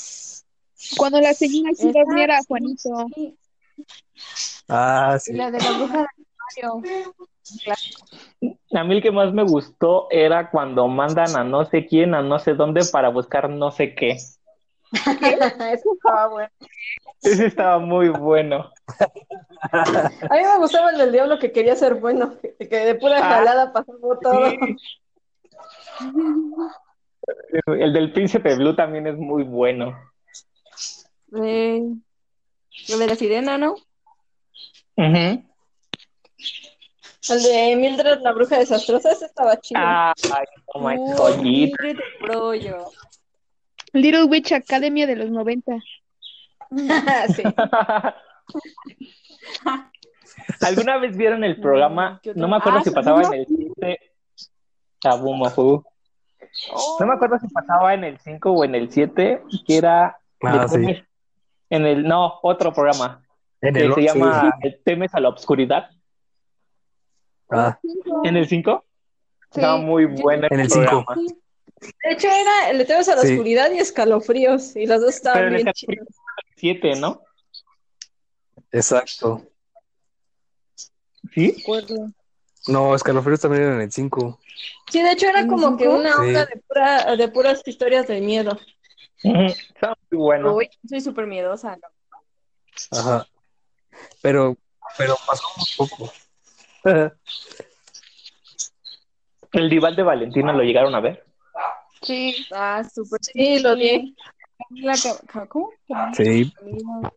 [SPEAKER 3] Cuando la señora
[SPEAKER 1] Esa-
[SPEAKER 3] Chidorni era Juanito.
[SPEAKER 1] sí,
[SPEAKER 2] Ah,
[SPEAKER 1] y
[SPEAKER 2] sí.
[SPEAKER 1] la de la bruja de Mario.
[SPEAKER 4] A mí el que más me gustó era cuando mandan a no sé quién, a no sé dónde para buscar no sé qué.
[SPEAKER 5] Eso estaba bueno.
[SPEAKER 4] Ese estaba muy bueno.
[SPEAKER 5] A mí me gustaba el del diablo que quería ser bueno, que, que de pura
[SPEAKER 4] Ah,
[SPEAKER 5] jalada pasó todo.
[SPEAKER 4] El del príncipe Blue también es muy bueno.
[SPEAKER 1] Ey, la de la sirena, ¿no?
[SPEAKER 4] Ujú.
[SPEAKER 5] El de Mildred, la bruja desastrosa, ese estaba chido.
[SPEAKER 4] Ay, no
[SPEAKER 1] Uy,
[SPEAKER 4] manches, joyita.
[SPEAKER 1] Ingrid de Brollo.
[SPEAKER 3] Little Witch Academia de los 90.
[SPEAKER 5] sí.
[SPEAKER 4] ¿Alguna vez vieron el programa?
[SPEAKER 1] ¿Qué otro?
[SPEAKER 4] No me acuerdo
[SPEAKER 1] Ah,
[SPEAKER 4] si pasaba en
[SPEAKER 1] Sabumafu.
[SPEAKER 4] el 7. Sabumafu. No me acuerdo si pasaba en el 5 o en el 7, que era
[SPEAKER 2] Ah,
[SPEAKER 4] de
[SPEAKER 2] sí.
[SPEAKER 4] temes- en el no, otro programa
[SPEAKER 2] En
[SPEAKER 4] que
[SPEAKER 2] el
[SPEAKER 4] se
[SPEAKER 2] once.
[SPEAKER 4] llama Temes a la obscuridad.
[SPEAKER 2] Ah,
[SPEAKER 4] ¿En el 5?
[SPEAKER 3] Sí.
[SPEAKER 4] Estaba muy bueno
[SPEAKER 2] En el
[SPEAKER 4] programa.
[SPEAKER 2] cinco.
[SPEAKER 5] De hecho, era el de temas a la
[SPEAKER 2] Sí.
[SPEAKER 5] oscuridad y escalofríos, y las dos
[SPEAKER 4] Pero
[SPEAKER 5] estaban
[SPEAKER 4] en
[SPEAKER 5] bien
[SPEAKER 4] el
[SPEAKER 5] chidas.
[SPEAKER 4] 7, ¿no?
[SPEAKER 2] exacto.
[SPEAKER 4] Sí.
[SPEAKER 2] No, Escalofríos también eran en el 5.
[SPEAKER 5] Sí, de hecho, era
[SPEAKER 1] ¿En
[SPEAKER 5] como que
[SPEAKER 1] cinco?
[SPEAKER 5] una
[SPEAKER 2] Sí.
[SPEAKER 5] obra de, pura, de puras historias de miedo.
[SPEAKER 4] Ujú, Estaba muy bueno.
[SPEAKER 1] Uy, soy súper miedosa, ¿no?
[SPEAKER 2] Ajá. Pero, pero pasó muy poco.
[SPEAKER 4] El rival de Valentina lo llegaron a ver.
[SPEAKER 3] Sí.
[SPEAKER 1] Ah, súper.
[SPEAKER 5] Sí, lo vi.
[SPEAKER 1] Carla Ca- Ca- ¿Cómo?
[SPEAKER 2] Sí.
[SPEAKER 1] Camino.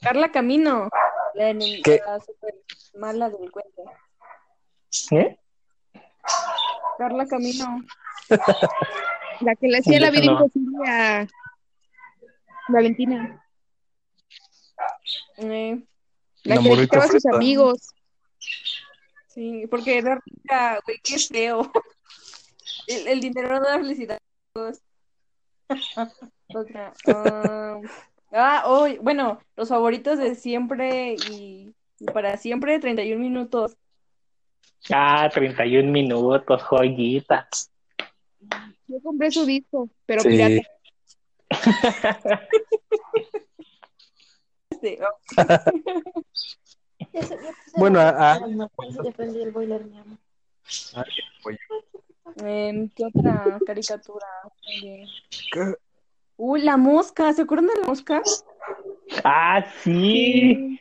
[SPEAKER 1] Carla Camino. La enemiga
[SPEAKER 2] ¿Qué?
[SPEAKER 1] súper mala delincuente.
[SPEAKER 4] ¿Eh?
[SPEAKER 1] Carla Camino.
[SPEAKER 3] La que le hacía la
[SPEAKER 4] Yo
[SPEAKER 3] vida
[SPEAKER 4] no.
[SPEAKER 3] imposible a Valentina.
[SPEAKER 1] Eh,
[SPEAKER 3] La
[SPEAKER 2] La
[SPEAKER 3] que le
[SPEAKER 2] morrita
[SPEAKER 3] quitaba a sus
[SPEAKER 2] fresa.
[SPEAKER 3] amigos.
[SPEAKER 1] sí, porque era rica, güey, qué feo. El, el dinero no da felicidad. Otra, ah, ah, hoy, bueno, los favoritos de siempre y, y para siempre, 31 minutos.
[SPEAKER 4] Ah, 31 minutos, joyita.
[SPEAKER 3] Yo compré su disco, pero pirata.
[SPEAKER 2] Sí.
[SPEAKER 1] Este,
[SPEAKER 2] Bueno, ah, a- a-
[SPEAKER 5] Depende del boiler, mi amor.
[SPEAKER 1] Em, ¿qué otra caricatura? Oye. Uy, la mosca, ¿se acuerdan de la mosca?
[SPEAKER 4] Ah, sí.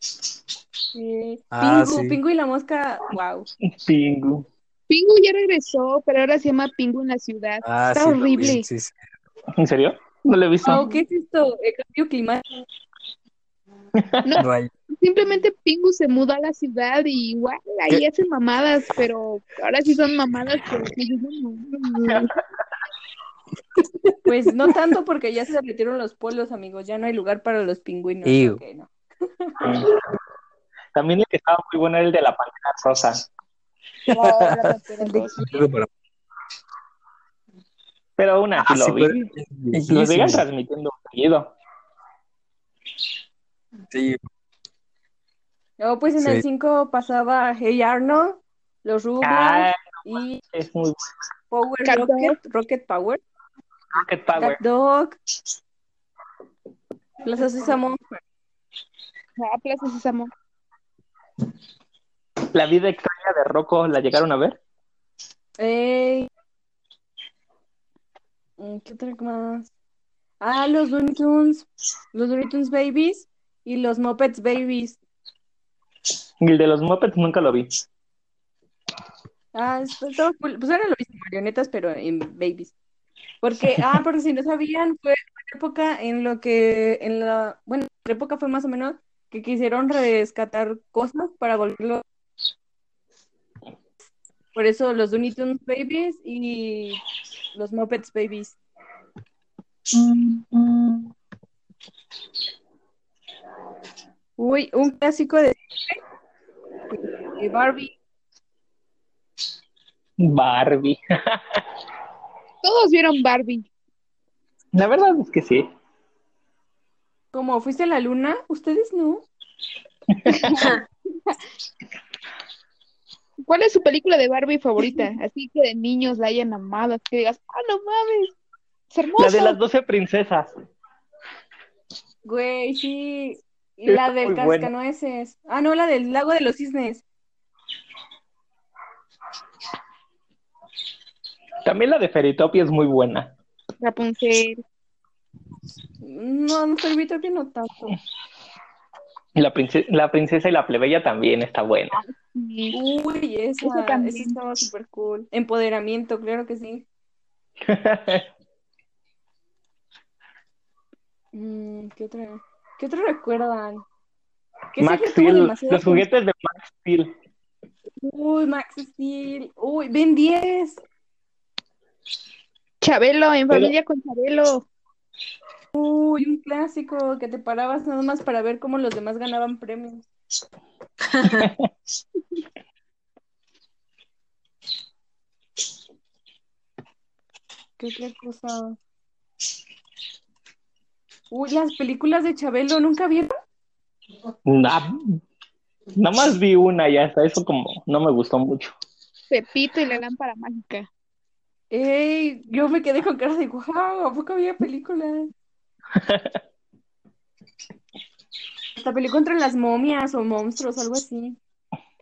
[SPEAKER 1] Sí.
[SPEAKER 2] Ah,
[SPEAKER 1] Eh, Pingu,
[SPEAKER 2] sí.
[SPEAKER 1] Pingu y la mosca, wow.
[SPEAKER 4] Pingu.
[SPEAKER 3] Pingu ya regresó, pero ahora se llama Pingu en la ciudad.
[SPEAKER 2] Ah,
[SPEAKER 3] Está
[SPEAKER 2] sí, lo vi,
[SPEAKER 3] horrible.
[SPEAKER 2] sí, sí.
[SPEAKER 4] ¿En serio? No lo he visto.
[SPEAKER 1] Wow, ¿qué es esto? El cambio climático.
[SPEAKER 2] Ray-
[SPEAKER 3] Simplemente Pingu se mudó a la ciudad y igual ahí hacen mamadas, pero ahora sí son mamadas. pero que yo no- no- no.
[SPEAKER 1] Pues no tanto porque ya se derritieron los polos, amigos, ya no hay lugar para los pingüinos.
[SPEAKER 2] Ew.
[SPEAKER 1] ok, no.
[SPEAKER 4] También el que estaba muy bueno era el de la pantera rosa.
[SPEAKER 2] para-
[SPEAKER 4] Pero una
[SPEAKER 2] Ah,
[SPEAKER 4] así
[SPEAKER 2] sí,
[SPEAKER 4] lo vi.
[SPEAKER 2] pero-
[SPEAKER 4] Lo siguen
[SPEAKER 2] Sí,
[SPEAKER 4] transmitiendo seguido.
[SPEAKER 2] sí.
[SPEAKER 1] No, pues en el
[SPEAKER 2] Sí.
[SPEAKER 1] 5 pasaba Hey Arnold, Los Rugrats
[SPEAKER 4] Ah,
[SPEAKER 1] y
[SPEAKER 4] es muy
[SPEAKER 1] Power
[SPEAKER 3] Cartoon.
[SPEAKER 1] Rocket, Rocket Power.
[SPEAKER 4] Rocket Power.
[SPEAKER 1] Cat Dog. Plaza Sésamo.
[SPEAKER 3] Ah, Plaza Sésamo.
[SPEAKER 4] La vida extraña de Rocco, ¿la llegaron a ver?
[SPEAKER 1] Ey. Mm, ¿Qué otra más? Ah, los Looney Tunes, los Looney Tunes Babies y los Muppets Babies.
[SPEAKER 4] El de los Muppets nunca lo vi.
[SPEAKER 1] Ah, está todo cool. Pues ahora lo viste en marionetas, pero en babies. Porque, ah, porque si no sabían, fue una época en lo que, en la, bueno, la época fue más o menos que quisieron rescatar cosas para volverlo. Por eso los Looney Tunes Babies y los Muppets Babies. Uy, un clásico de de Barbie.
[SPEAKER 4] Barbie.
[SPEAKER 3] Todos vieron Barbie.
[SPEAKER 4] La verdad es que sí.
[SPEAKER 1] Como fuiste a la luna, ustedes no.
[SPEAKER 3] ¿Cuál es su película de Barbie favorita? Así que de niños la hayan amado, así que digas, ah, no mames, es hermosa.
[SPEAKER 4] La de las 12 princesas.
[SPEAKER 1] Güey, sí. Y
[SPEAKER 4] Es
[SPEAKER 1] la del
[SPEAKER 4] muy buena.
[SPEAKER 1] cascanueces. Ah, no, la del lago de los cisnes.
[SPEAKER 4] También la de Feritopia es muy buena.
[SPEAKER 3] Rapunzel.
[SPEAKER 1] No, no estoy viendo que no tanto.
[SPEAKER 4] Y La, prince- la princesa y la plebeya también está buena.
[SPEAKER 3] y-
[SPEAKER 1] Uy, esa,
[SPEAKER 3] Eso también.
[SPEAKER 1] esa estaba súper cool. Empoderamiento, claro que sí. Mm, ¿qué otra? ¿Qué otra recuerdan? ¿Qué serie
[SPEAKER 4] Max
[SPEAKER 1] tuvo
[SPEAKER 4] Steel,
[SPEAKER 1] demasiada
[SPEAKER 4] los juguetes de Max Steel.
[SPEAKER 1] Uy, Max Steel. Uy, Ben 10.
[SPEAKER 3] Chabelo, en
[SPEAKER 4] Pero-
[SPEAKER 3] familia con Chabelo.
[SPEAKER 1] Uy, un clásico que te parabas nada más para ver cómo los demás ganaban premios. ¿Qué otra cosa? Uy, las películas de Chabelo, ¿nunca vieron?
[SPEAKER 4] Na- Nada más vi una y hasta eso como no me gustó mucho.
[SPEAKER 3] Pepito y la lámpara mágica.
[SPEAKER 1] Ey, yo me quedé con cara de, wow, ¿a poco había películas? Esta película contra las momias o monstruos, algo así.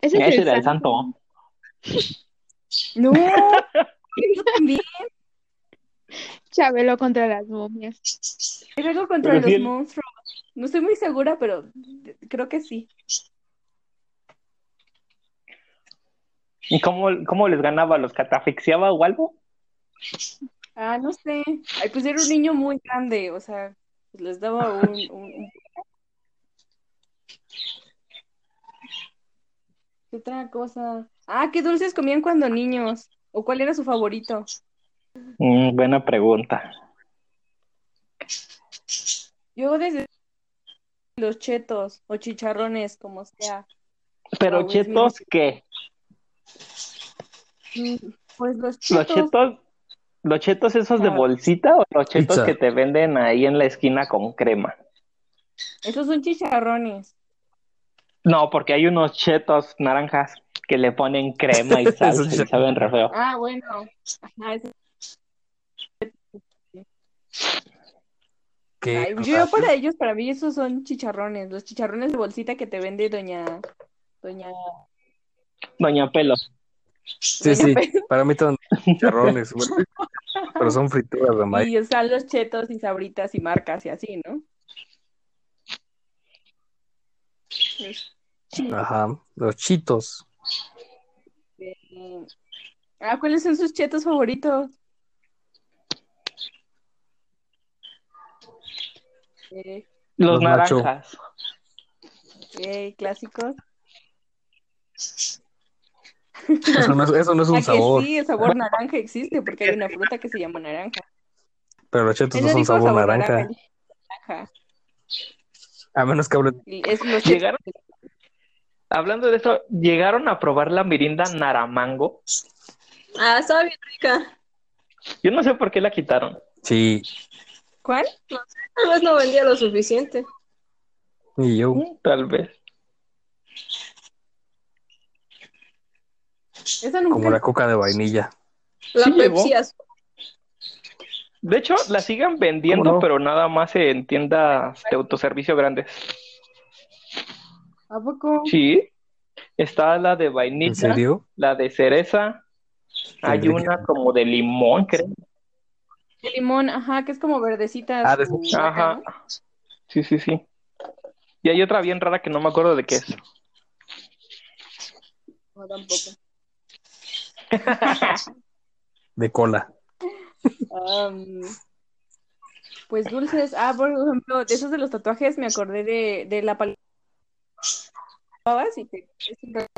[SPEAKER 3] Ese es
[SPEAKER 4] Ese
[SPEAKER 3] el
[SPEAKER 4] era el
[SPEAKER 3] santo.
[SPEAKER 4] santo.
[SPEAKER 1] No, yo también.
[SPEAKER 3] Chabelo contra las momias.
[SPEAKER 1] Era algo contra
[SPEAKER 4] Pero
[SPEAKER 1] los
[SPEAKER 4] sí el-
[SPEAKER 1] monstruos. No estoy muy segura, pero creo que sí.
[SPEAKER 4] ¿Y cómo, cómo les ganaba? ¿Los catafixiaba o algo?
[SPEAKER 1] Ah, no sé. Ay, pues era un niño muy grande, o sea, pues les daba un, un- un- ¿Qué otra cosa? Ah, ¿qué dulces comían cuando niños? ¿O cuál era su favorito?
[SPEAKER 4] Mm, buena pregunta.
[SPEAKER 1] Yo desde los chetos o chicharrones, como sea.
[SPEAKER 4] Pero
[SPEAKER 1] Ah, güey, es mi
[SPEAKER 4] chetos, ¿qué?
[SPEAKER 1] Mm, Pues los
[SPEAKER 4] ¿Los
[SPEAKER 1] chetos.
[SPEAKER 4] chetos, los chetos esos de
[SPEAKER 1] Ah.
[SPEAKER 4] bolsita o los chetos
[SPEAKER 2] Pizza.
[SPEAKER 4] que te venden ahí en la esquina con crema?
[SPEAKER 1] Esos son chicharrones.
[SPEAKER 4] No, porque hay unos chetos naranjas que le ponen crema y salsa
[SPEAKER 2] Esos
[SPEAKER 4] y saben re feo.
[SPEAKER 1] Ah, bueno. Ajá, es-
[SPEAKER 2] ¿Qué?
[SPEAKER 1] Ay, yo para ellos, para mí esos son chicharrones, los chicharrones de bolsita que te vende doña, doña,
[SPEAKER 4] Doña Pelos.
[SPEAKER 2] Sí,
[SPEAKER 1] doña
[SPEAKER 2] sí,
[SPEAKER 1] Pe-
[SPEAKER 2] para mí son chicharrones, güey. pero son frituras de maíz.
[SPEAKER 1] y usan los chetos y sabritas y marcas y así, ¿no?
[SPEAKER 2] Ajá, los chitos.
[SPEAKER 1] Este, Ah, ¿cuáles son sus chetos favoritos? Eh,
[SPEAKER 2] Los
[SPEAKER 4] Los,
[SPEAKER 2] nacho.
[SPEAKER 4] naranjas.
[SPEAKER 1] eh, clásicos.
[SPEAKER 2] Eso no es, eso no es
[SPEAKER 1] Ah,
[SPEAKER 2] un
[SPEAKER 1] que
[SPEAKER 2] sabor,
[SPEAKER 1] sí, el sabor naranja existe porque hay una fruta que se llama naranja.
[SPEAKER 2] pero los chetos
[SPEAKER 1] Él
[SPEAKER 2] no
[SPEAKER 1] no
[SPEAKER 2] son
[SPEAKER 1] dijo
[SPEAKER 2] sabor,
[SPEAKER 1] sabor
[SPEAKER 2] naranja.
[SPEAKER 1] naranja, él dijo naranja.
[SPEAKER 2] A menos que hablen.
[SPEAKER 1] Y es los chetos.
[SPEAKER 4] Llegaron, hablando de eso, ¿llegaron a probar la mirinda naramango?
[SPEAKER 5] Ah, estaba bien rica.
[SPEAKER 4] Yo no sé por qué la quitaron.
[SPEAKER 2] Sí,
[SPEAKER 1] ¿Cuál?
[SPEAKER 5] Tal vez no vendía lo suficiente.
[SPEAKER 2] y yo.
[SPEAKER 4] Mm, Tal vez.
[SPEAKER 1] Esa nunca
[SPEAKER 2] Como la coca de vainilla.
[SPEAKER 5] La
[SPEAKER 4] Sí llegó.
[SPEAKER 5] Pepsi azul.
[SPEAKER 4] De hecho, la sigan vendiendo,
[SPEAKER 2] ¿Cómo no?
[SPEAKER 4] pero nada más en tiendas de autoservicio grandes.
[SPEAKER 5] ¿A poco?
[SPEAKER 4] Sí. Está la de
[SPEAKER 2] ¿En
[SPEAKER 4] vainilla,
[SPEAKER 2] serio?
[SPEAKER 4] la de cereza.
[SPEAKER 2] Tendría
[SPEAKER 4] Hay
[SPEAKER 2] que-
[SPEAKER 4] una como de limón, creo.
[SPEAKER 1] El limón, ajá, que es como verdecita.
[SPEAKER 2] Ah, de-
[SPEAKER 1] su-
[SPEAKER 4] Ajá. Sí, sí, sí. Y hay otra bien rara que no me acuerdo de qué es.
[SPEAKER 1] No, tampoco.
[SPEAKER 2] De cola.
[SPEAKER 1] Am, pues dulces. Ah, por ejemplo, de esos de los tatuajes me acordé de, de la palabra. Y te- es un regalo.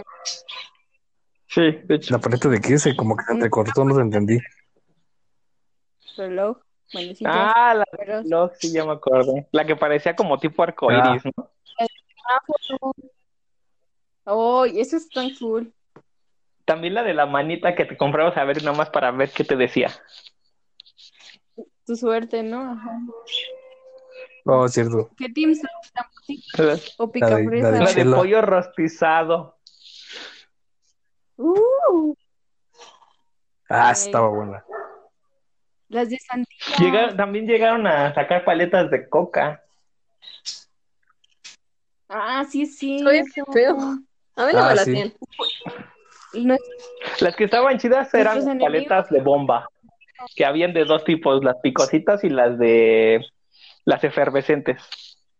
[SPEAKER 4] Sí, de hecho.
[SPEAKER 2] ¿La paleta de qué? Se como que se entrecortó, no te entendí.
[SPEAKER 1] reloj, manecillas,
[SPEAKER 4] Ah, la
[SPEAKER 1] cueros.
[SPEAKER 4] No, sí, ya me acordé. La que parecía como tipo arcoíris, ¿no?
[SPEAKER 1] Oh, y eso es tan cool.
[SPEAKER 4] También la de la manita que te comprabas a ver nada más para ver qué te decía.
[SPEAKER 1] Tu suerte, ¿no? Ajá.
[SPEAKER 2] Oh, es cierto.
[SPEAKER 1] ¿Qué team son? ¿Tampoco?
[SPEAKER 4] La,
[SPEAKER 1] ¿O
[SPEAKER 2] La de-
[SPEAKER 1] picafresa?
[SPEAKER 2] la de
[SPEAKER 4] la de
[SPEAKER 2] Chela.
[SPEAKER 4] pollo rostizado.
[SPEAKER 1] Uh,
[SPEAKER 2] Ah,
[SPEAKER 1] Sí.
[SPEAKER 2] estaba buena.
[SPEAKER 1] las de sandía.
[SPEAKER 4] Llega- también llegaron a sacar paletas de coca.
[SPEAKER 1] Ah, sí, sí.
[SPEAKER 5] Oye, qué feo. A mí no
[SPEAKER 2] Ah,
[SPEAKER 5] me la
[SPEAKER 2] sí.
[SPEAKER 5] tienen.
[SPEAKER 4] Las que estaban chidas eran
[SPEAKER 1] Nuestros enemigos.
[SPEAKER 4] paletas de bomba, que habían de dos tipos, las picositas y las de las efervescentes.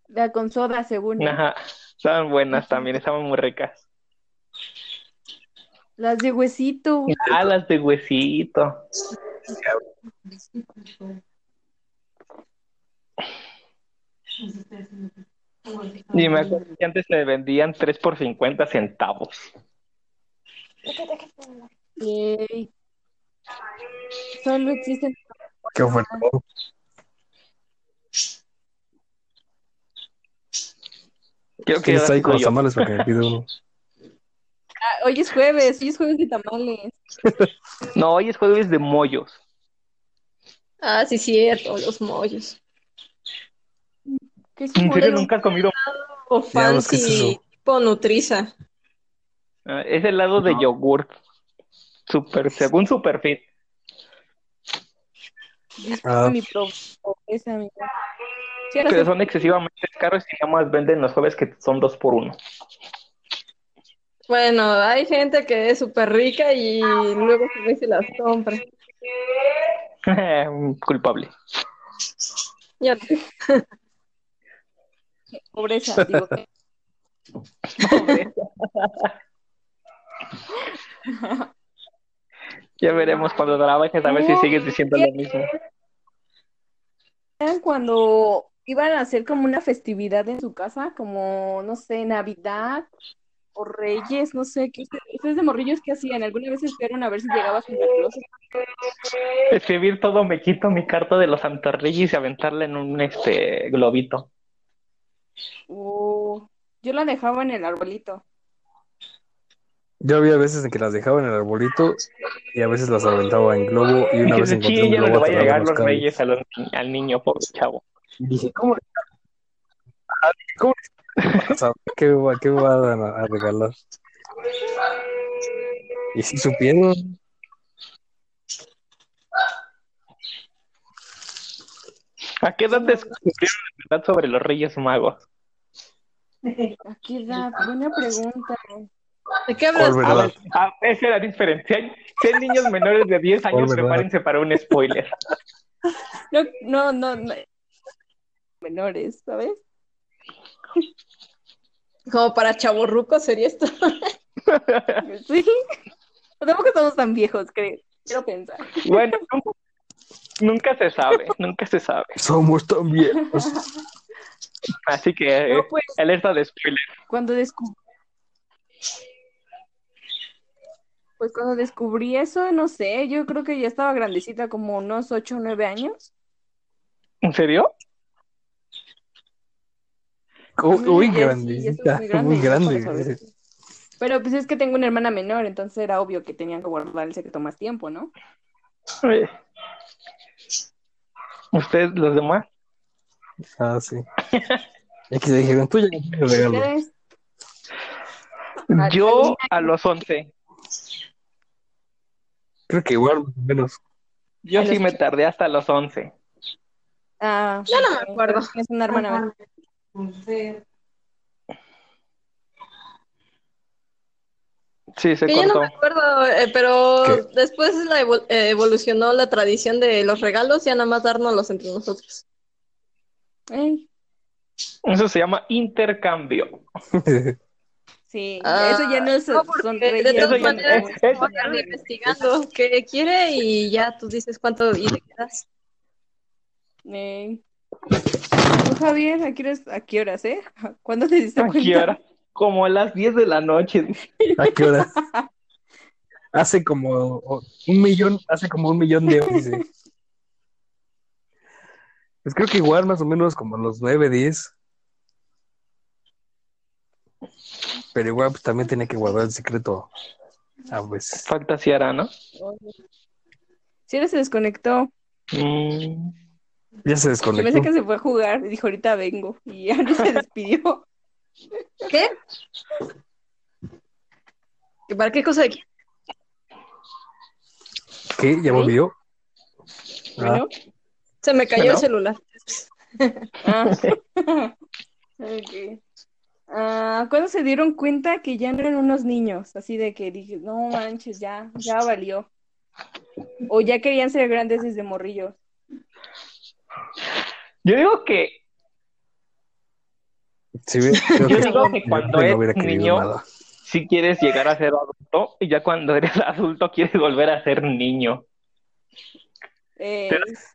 [SPEAKER 1] La con soda, según.
[SPEAKER 4] Ajá, estaban buenas también, estaban muy ricas.
[SPEAKER 1] Las de huesito. güey.
[SPEAKER 4] Ah, las de huesito. Y me acuerdo que antes se vendían 3 por 50 centavos.
[SPEAKER 1] Yay. Solo existen.
[SPEAKER 2] Qué oferta.
[SPEAKER 4] Creo que
[SPEAKER 2] ¿Quién está ahí
[SPEAKER 4] ahora
[SPEAKER 2] con los
[SPEAKER 4] soy yo.
[SPEAKER 2] tamales para que me pida uno?
[SPEAKER 1] Ah, hoy es jueves, hoy es jueves de tamales.
[SPEAKER 4] No, hoy es jueves de mollos.
[SPEAKER 5] Ah, sí, cierto, los mollos.
[SPEAKER 1] ¿Qué es un
[SPEAKER 4] ¿En serio
[SPEAKER 1] mole?
[SPEAKER 4] nunca has comido?
[SPEAKER 5] O
[SPEAKER 2] Diablos, ¿qué es
[SPEAKER 5] fancy,
[SPEAKER 2] eso?
[SPEAKER 5] tipo Nutriza.
[SPEAKER 4] Ah, Es helado de yogurt. Super, según super fit.
[SPEAKER 1] Disculpa
[SPEAKER 2] Ah.
[SPEAKER 1] mi pobreza, amigo. Sí, ahora
[SPEAKER 4] Pero
[SPEAKER 1] sí.
[SPEAKER 4] son excesivamente caros y nada más venden los jueves que son dos por uno.
[SPEAKER 5] Bueno, hay gente que es súper rica y luego se ve si las compra.
[SPEAKER 4] Culpable.
[SPEAKER 5] Yo no.
[SPEAKER 1] pobreza, digo.
[SPEAKER 4] ya veremos cuando trabajes a ver si sigues diciendo lo mismo.
[SPEAKER 1] ¿Recuerdan Cuando iban a hacer como una festividad en su casa, como, no sé, Navidad o Reyes, no sé, ¿qué ustedes- ustedes de morrillos qué hacían? ¿Alguna vez esperaron a ver si llegaba Santa Claus?
[SPEAKER 4] Escribir todo, me quito mi carta de los Santorreyes y aventarla en un este globito.
[SPEAKER 1] O- yo la dejaba en el arbolito.
[SPEAKER 2] Yo había veces en que las dejaba en el arbolito y a veces las aventaba en globo y una
[SPEAKER 4] Y
[SPEAKER 2] vez
[SPEAKER 4] dices,
[SPEAKER 2] encontré un
[SPEAKER 4] "Chin, ya no le
[SPEAKER 2] globo
[SPEAKER 4] va a
[SPEAKER 2] atorado en
[SPEAKER 4] llegar
[SPEAKER 2] los
[SPEAKER 4] los
[SPEAKER 2] cables".
[SPEAKER 4] reyes a los- al niño, pobre chavo.
[SPEAKER 2] Y dije, ¿cómo? le- Ah, dije, ¿Cómo? le- o sea, ¿Qué me va, qué me va a, dar a- a regalar? Y si supieron,
[SPEAKER 4] ¿A qué edad descubrieron la verdad sobre los reyes magos?
[SPEAKER 1] ¿A qué edad? Buena pregunta.
[SPEAKER 5] ¿De qué hablas?
[SPEAKER 2] ¿cuál verdad?
[SPEAKER 4] Ah, esa era diferente. Si hay, si hay niños menores de 10 años,
[SPEAKER 2] Oh, ¿verdad?
[SPEAKER 4] prepárense para un spoiler.
[SPEAKER 1] No, no, no, no. Menores, ¿sabes?
[SPEAKER 5] Como para chavorruco sería esto.
[SPEAKER 1] Sí. Pero Tampoco somos tan viejos, creo. Quiero pensar.
[SPEAKER 4] Bueno, nunca- nunca se sabe, nunca se sabe.
[SPEAKER 2] Somos tan viejos.
[SPEAKER 4] Así que
[SPEAKER 1] No,
[SPEAKER 4] eh,
[SPEAKER 1] pues,
[SPEAKER 4] alerta de spoiler.
[SPEAKER 1] cuando descubrí. Pues cuando descubrí eso, no sé, yo creo que ya estaba grandecita, como unos 8 o 9 años.
[SPEAKER 4] ¿En serio?
[SPEAKER 2] U- Oh, Uy,
[SPEAKER 1] Ya sí, ya estuve
[SPEAKER 2] grandecita,
[SPEAKER 1] muy
[SPEAKER 2] muy,
[SPEAKER 1] grande, ya
[SPEAKER 2] grande.
[SPEAKER 1] para saber. Pero pues es que tengo una hermana menor, entonces era obvio que tenían que guardar el secreto más tiempo, ¿no?
[SPEAKER 4] Eh. ¿Ustedes, los demás?
[SPEAKER 2] Ah, sí. Y aquí se dijeron, tú ya no tienes regalo.
[SPEAKER 1] Ustedes, Ah,
[SPEAKER 4] Yo a los 11.
[SPEAKER 2] Creo que igual, más o menos.
[SPEAKER 4] Yo
[SPEAKER 1] A
[SPEAKER 4] sí
[SPEAKER 1] los
[SPEAKER 4] me
[SPEAKER 1] ocho.
[SPEAKER 4] tardé hasta los 11.
[SPEAKER 1] Ah,
[SPEAKER 5] Yo no me
[SPEAKER 1] ok.
[SPEAKER 5] acuerdo.
[SPEAKER 1] Es una hermana. menor.
[SPEAKER 4] Sí, se
[SPEAKER 5] Que yo no
[SPEAKER 4] cortó.
[SPEAKER 5] me acuerdo, eh, pero
[SPEAKER 2] ¿Qué?
[SPEAKER 5] después la evol- eh, evolucionó la tradición de los regalos y a nada más dárnoslos entre nosotros.
[SPEAKER 1] Ey,
[SPEAKER 4] Eso se llama intercambio.
[SPEAKER 1] sí,
[SPEAKER 5] Ah,
[SPEAKER 1] eso ya no es-
[SPEAKER 5] no, porque
[SPEAKER 1] son
[SPEAKER 5] de
[SPEAKER 1] reyes.
[SPEAKER 5] todas
[SPEAKER 4] Eso ya-
[SPEAKER 5] maneras,
[SPEAKER 4] eh, eso
[SPEAKER 5] Como que anda investigando qué quiere y ya tú dices cuánto y le quedas.
[SPEAKER 1] Ey. Tú, Javier, ¿a qué horas, a qué horas eh? ¿Cuándo te diste
[SPEAKER 4] ¿A
[SPEAKER 1] cuenta?
[SPEAKER 4] qué hora? Como a las 10 de la noche.
[SPEAKER 2] ¿A qué hora? Hace como o- un millón, hace como un millón de horas. dice. Pues creo que igual, más o menos como los 9, 10. Pero igual, pues también tenía que guardar el secreto. Ah, pues.
[SPEAKER 4] Fantaseará, ¿no?
[SPEAKER 1] Cielo se desconectó.
[SPEAKER 4] Mm.
[SPEAKER 2] Ya se
[SPEAKER 1] Yo
[SPEAKER 2] desconectó.
[SPEAKER 1] pensé que se fue a jugar. Dijo, ahorita vengo. Y ya no se despidió.
[SPEAKER 5] ¿Qué? ¿Y ¿Para qué cosa de quién?
[SPEAKER 2] ¿Qué? ¿Ya volvió? Ah,
[SPEAKER 1] Bueno.
[SPEAKER 5] Se me cayó el
[SPEAKER 4] Bueno.
[SPEAKER 5] celular.
[SPEAKER 1] Ah. Ok. Ah, ¿cuándo se dieron cuenta que ya no eran unos niños? Así de que dije, no manches, ya, ya valió. O ya querían ser grandes desde morrillos.
[SPEAKER 4] Yo digo que,
[SPEAKER 2] Ah, sí, ve, creo
[SPEAKER 4] yo
[SPEAKER 2] que-
[SPEAKER 4] digo que
[SPEAKER 2] yo
[SPEAKER 4] cuando
[SPEAKER 2] no
[SPEAKER 4] eres
[SPEAKER 2] hubiera querido
[SPEAKER 4] niño,
[SPEAKER 2] nada.
[SPEAKER 4] si quieres llegar a ser adulto, y ya cuando eres adulto quieres volver a ser niño.
[SPEAKER 1] Eh,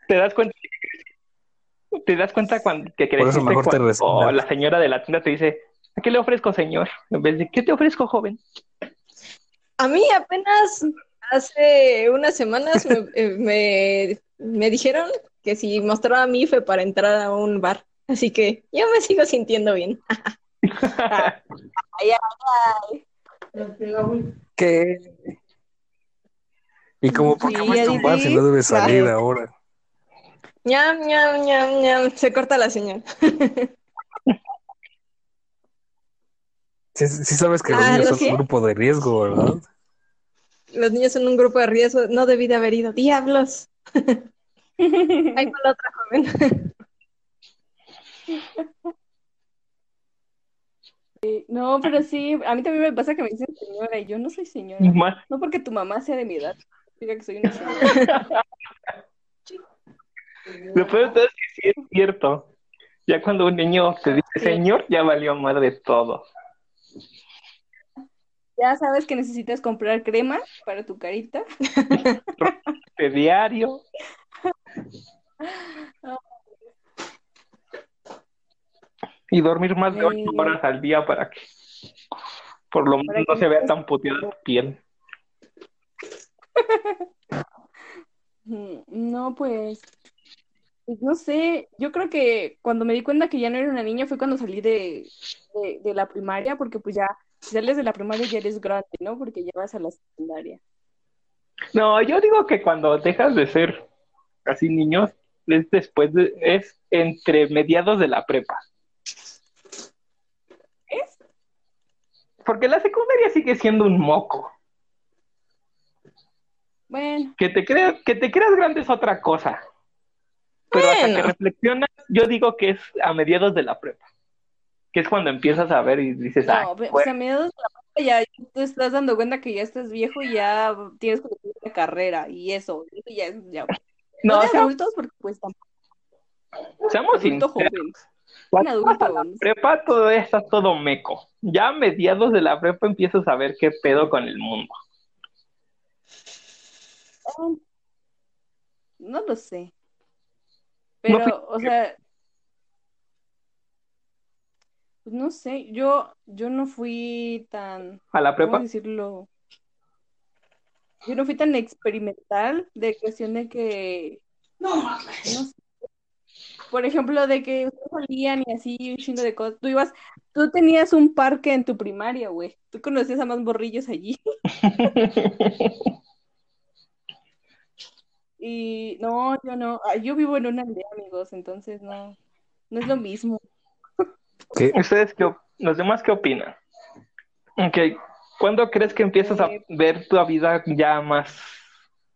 [SPEAKER 4] ¿Te das cuenta? que- ¿Te das cuenta cuan- que
[SPEAKER 2] Por eso
[SPEAKER 4] creciste
[SPEAKER 2] mejor te
[SPEAKER 4] cuando
[SPEAKER 2] resignas.
[SPEAKER 4] la señora de la tienda te dice, ¿a qué le ofrezco, señor? En vez de, ¿qué te ofrezco, joven?
[SPEAKER 5] A mí apenas hace unas semanas me, eh, me- me dijeron que si mostraba mi IFE para entrar a un bar. Así que yo me sigo sintiendo bien.
[SPEAKER 2] ¿Qué? Y como, ¿por qué
[SPEAKER 1] Sí,
[SPEAKER 2] fuiste a un bar si
[SPEAKER 1] Aditi.
[SPEAKER 2] no debes salir
[SPEAKER 1] Ay.
[SPEAKER 2] ahora?
[SPEAKER 5] Ñam, ñam, ñam, ñam. Se corta la señal.
[SPEAKER 2] Sí, sí sabes que los
[SPEAKER 5] Ah,
[SPEAKER 2] niños
[SPEAKER 5] ¿lo
[SPEAKER 2] son
[SPEAKER 5] sé?
[SPEAKER 2] un grupo de riesgo, ¿verdad?
[SPEAKER 5] Los niños son un grupo de riesgo. No debí de haber ido. ¡Diablos! Ahí con la otra joven.
[SPEAKER 1] no, pero sí, a mí también me pasa que me dicen señora y yo no soy señora.
[SPEAKER 4] Más
[SPEAKER 1] No porque tu mamá sea de mi edad. Diga que soy una señora.
[SPEAKER 4] Lo peor de todo es que sí es cierto. Ya cuando un niño te dice señor, ya valió madre todo.
[SPEAKER 1] Ya sabes que necesitas comprar crema para tu carita.
[SPEAKER 4] De diario. Y dormir más de ocho
[SPEAKER 1] Sí.
[SPEAKER 4] horas al día para que por lo
[SPEAKER 1] Para
[SPEAKER 4] menos
[SPEAKER 1] que
[SPEAKER 4] no se vea
[SPEAKER 1] no-
[SPEAKER 4] tan puteada tu piel.
[SPEAKER 1] Mm, No, pues, pues, no sé, yo creo que cuando me di cuenta que ya no era una niña fue cuando salí de, de, de la primaria, porque pues ya, si sales de la primaria ya eres grande, ¿no? Porque ya vas a la secundaria.
[SPEAKER 4] No, yo digo que cuando dejas de ser así niños, es después de- es entre mediados de la prepa.
[SPEAKER 1] ¿Es?
[SPEAKER 4] Porque la secundaria sigue siendo un moco.
[SPEAKER 1] Bueno,
[SPEAKER 4] Que te creas, que te creas grande es otra cosa. Pero hasta
[SPEAKER 5] Bueno.
[SPEAKER 4] que reflexionas, yo digo que es a mediados de la prepa. Que es cuando empiezas a ver y dices, ah,
[SPEAKER 1] no, pues
[SPEAKER 4] bueno,
[SPEAKER 1] a mediados de la prepa ya te estás dando cuenta que ya estás viejo y ya tienes que tener una carrera y eso, eso ya es, ya. No,
[SPEAKER 4] no,
[SPEAKER 1] de
[SPEAKER 4] sea-
[SPEAKER 1] adultos porque pues tampoco
[SPEAKER 4] seamos
[SPEAKER 1] adulto
[SPEAKER 4] sinceros.
[SPEAKER 1] joven, un
[SPEAKER 4] Cuando
[SPEAKER 1] adulto.
[SPEAKER 4] prepa todavía está todo meco. Ya a mediados de la prepa empiezas a ver qué pedo con el mundo.
[SPEAKER 1] No lo sé. Pero, o sea, pues no sé, yo, yo no fui tan,
[SPEAKER 4] A la
[SPEAKER 1] ¿cómo
[SPEAKER 4] prepa.
[SPEAKER 1] decirlo? Yo no fui tan experimental de cuestión de que, no sé, por ejemplo, de que ustedes salían y así un chingo de cosas. Tú ibas, tú tenías un parque en tu primaria, güey. Tú conocías a más borrillos allí. Y no, yo no, Ah, yo vivo en una aldea, amigos, entonces no, no es lo mismo.
[SPEAKER 2] ¿Qué?
[SPEAKER 4] ¿Ustedes qué, op- los demás qué opinan? Ok, ¿cuándo crees que empiezas a
[SPEAKER 1] Eh,
[SPEAKER 4] ver tu vida ya más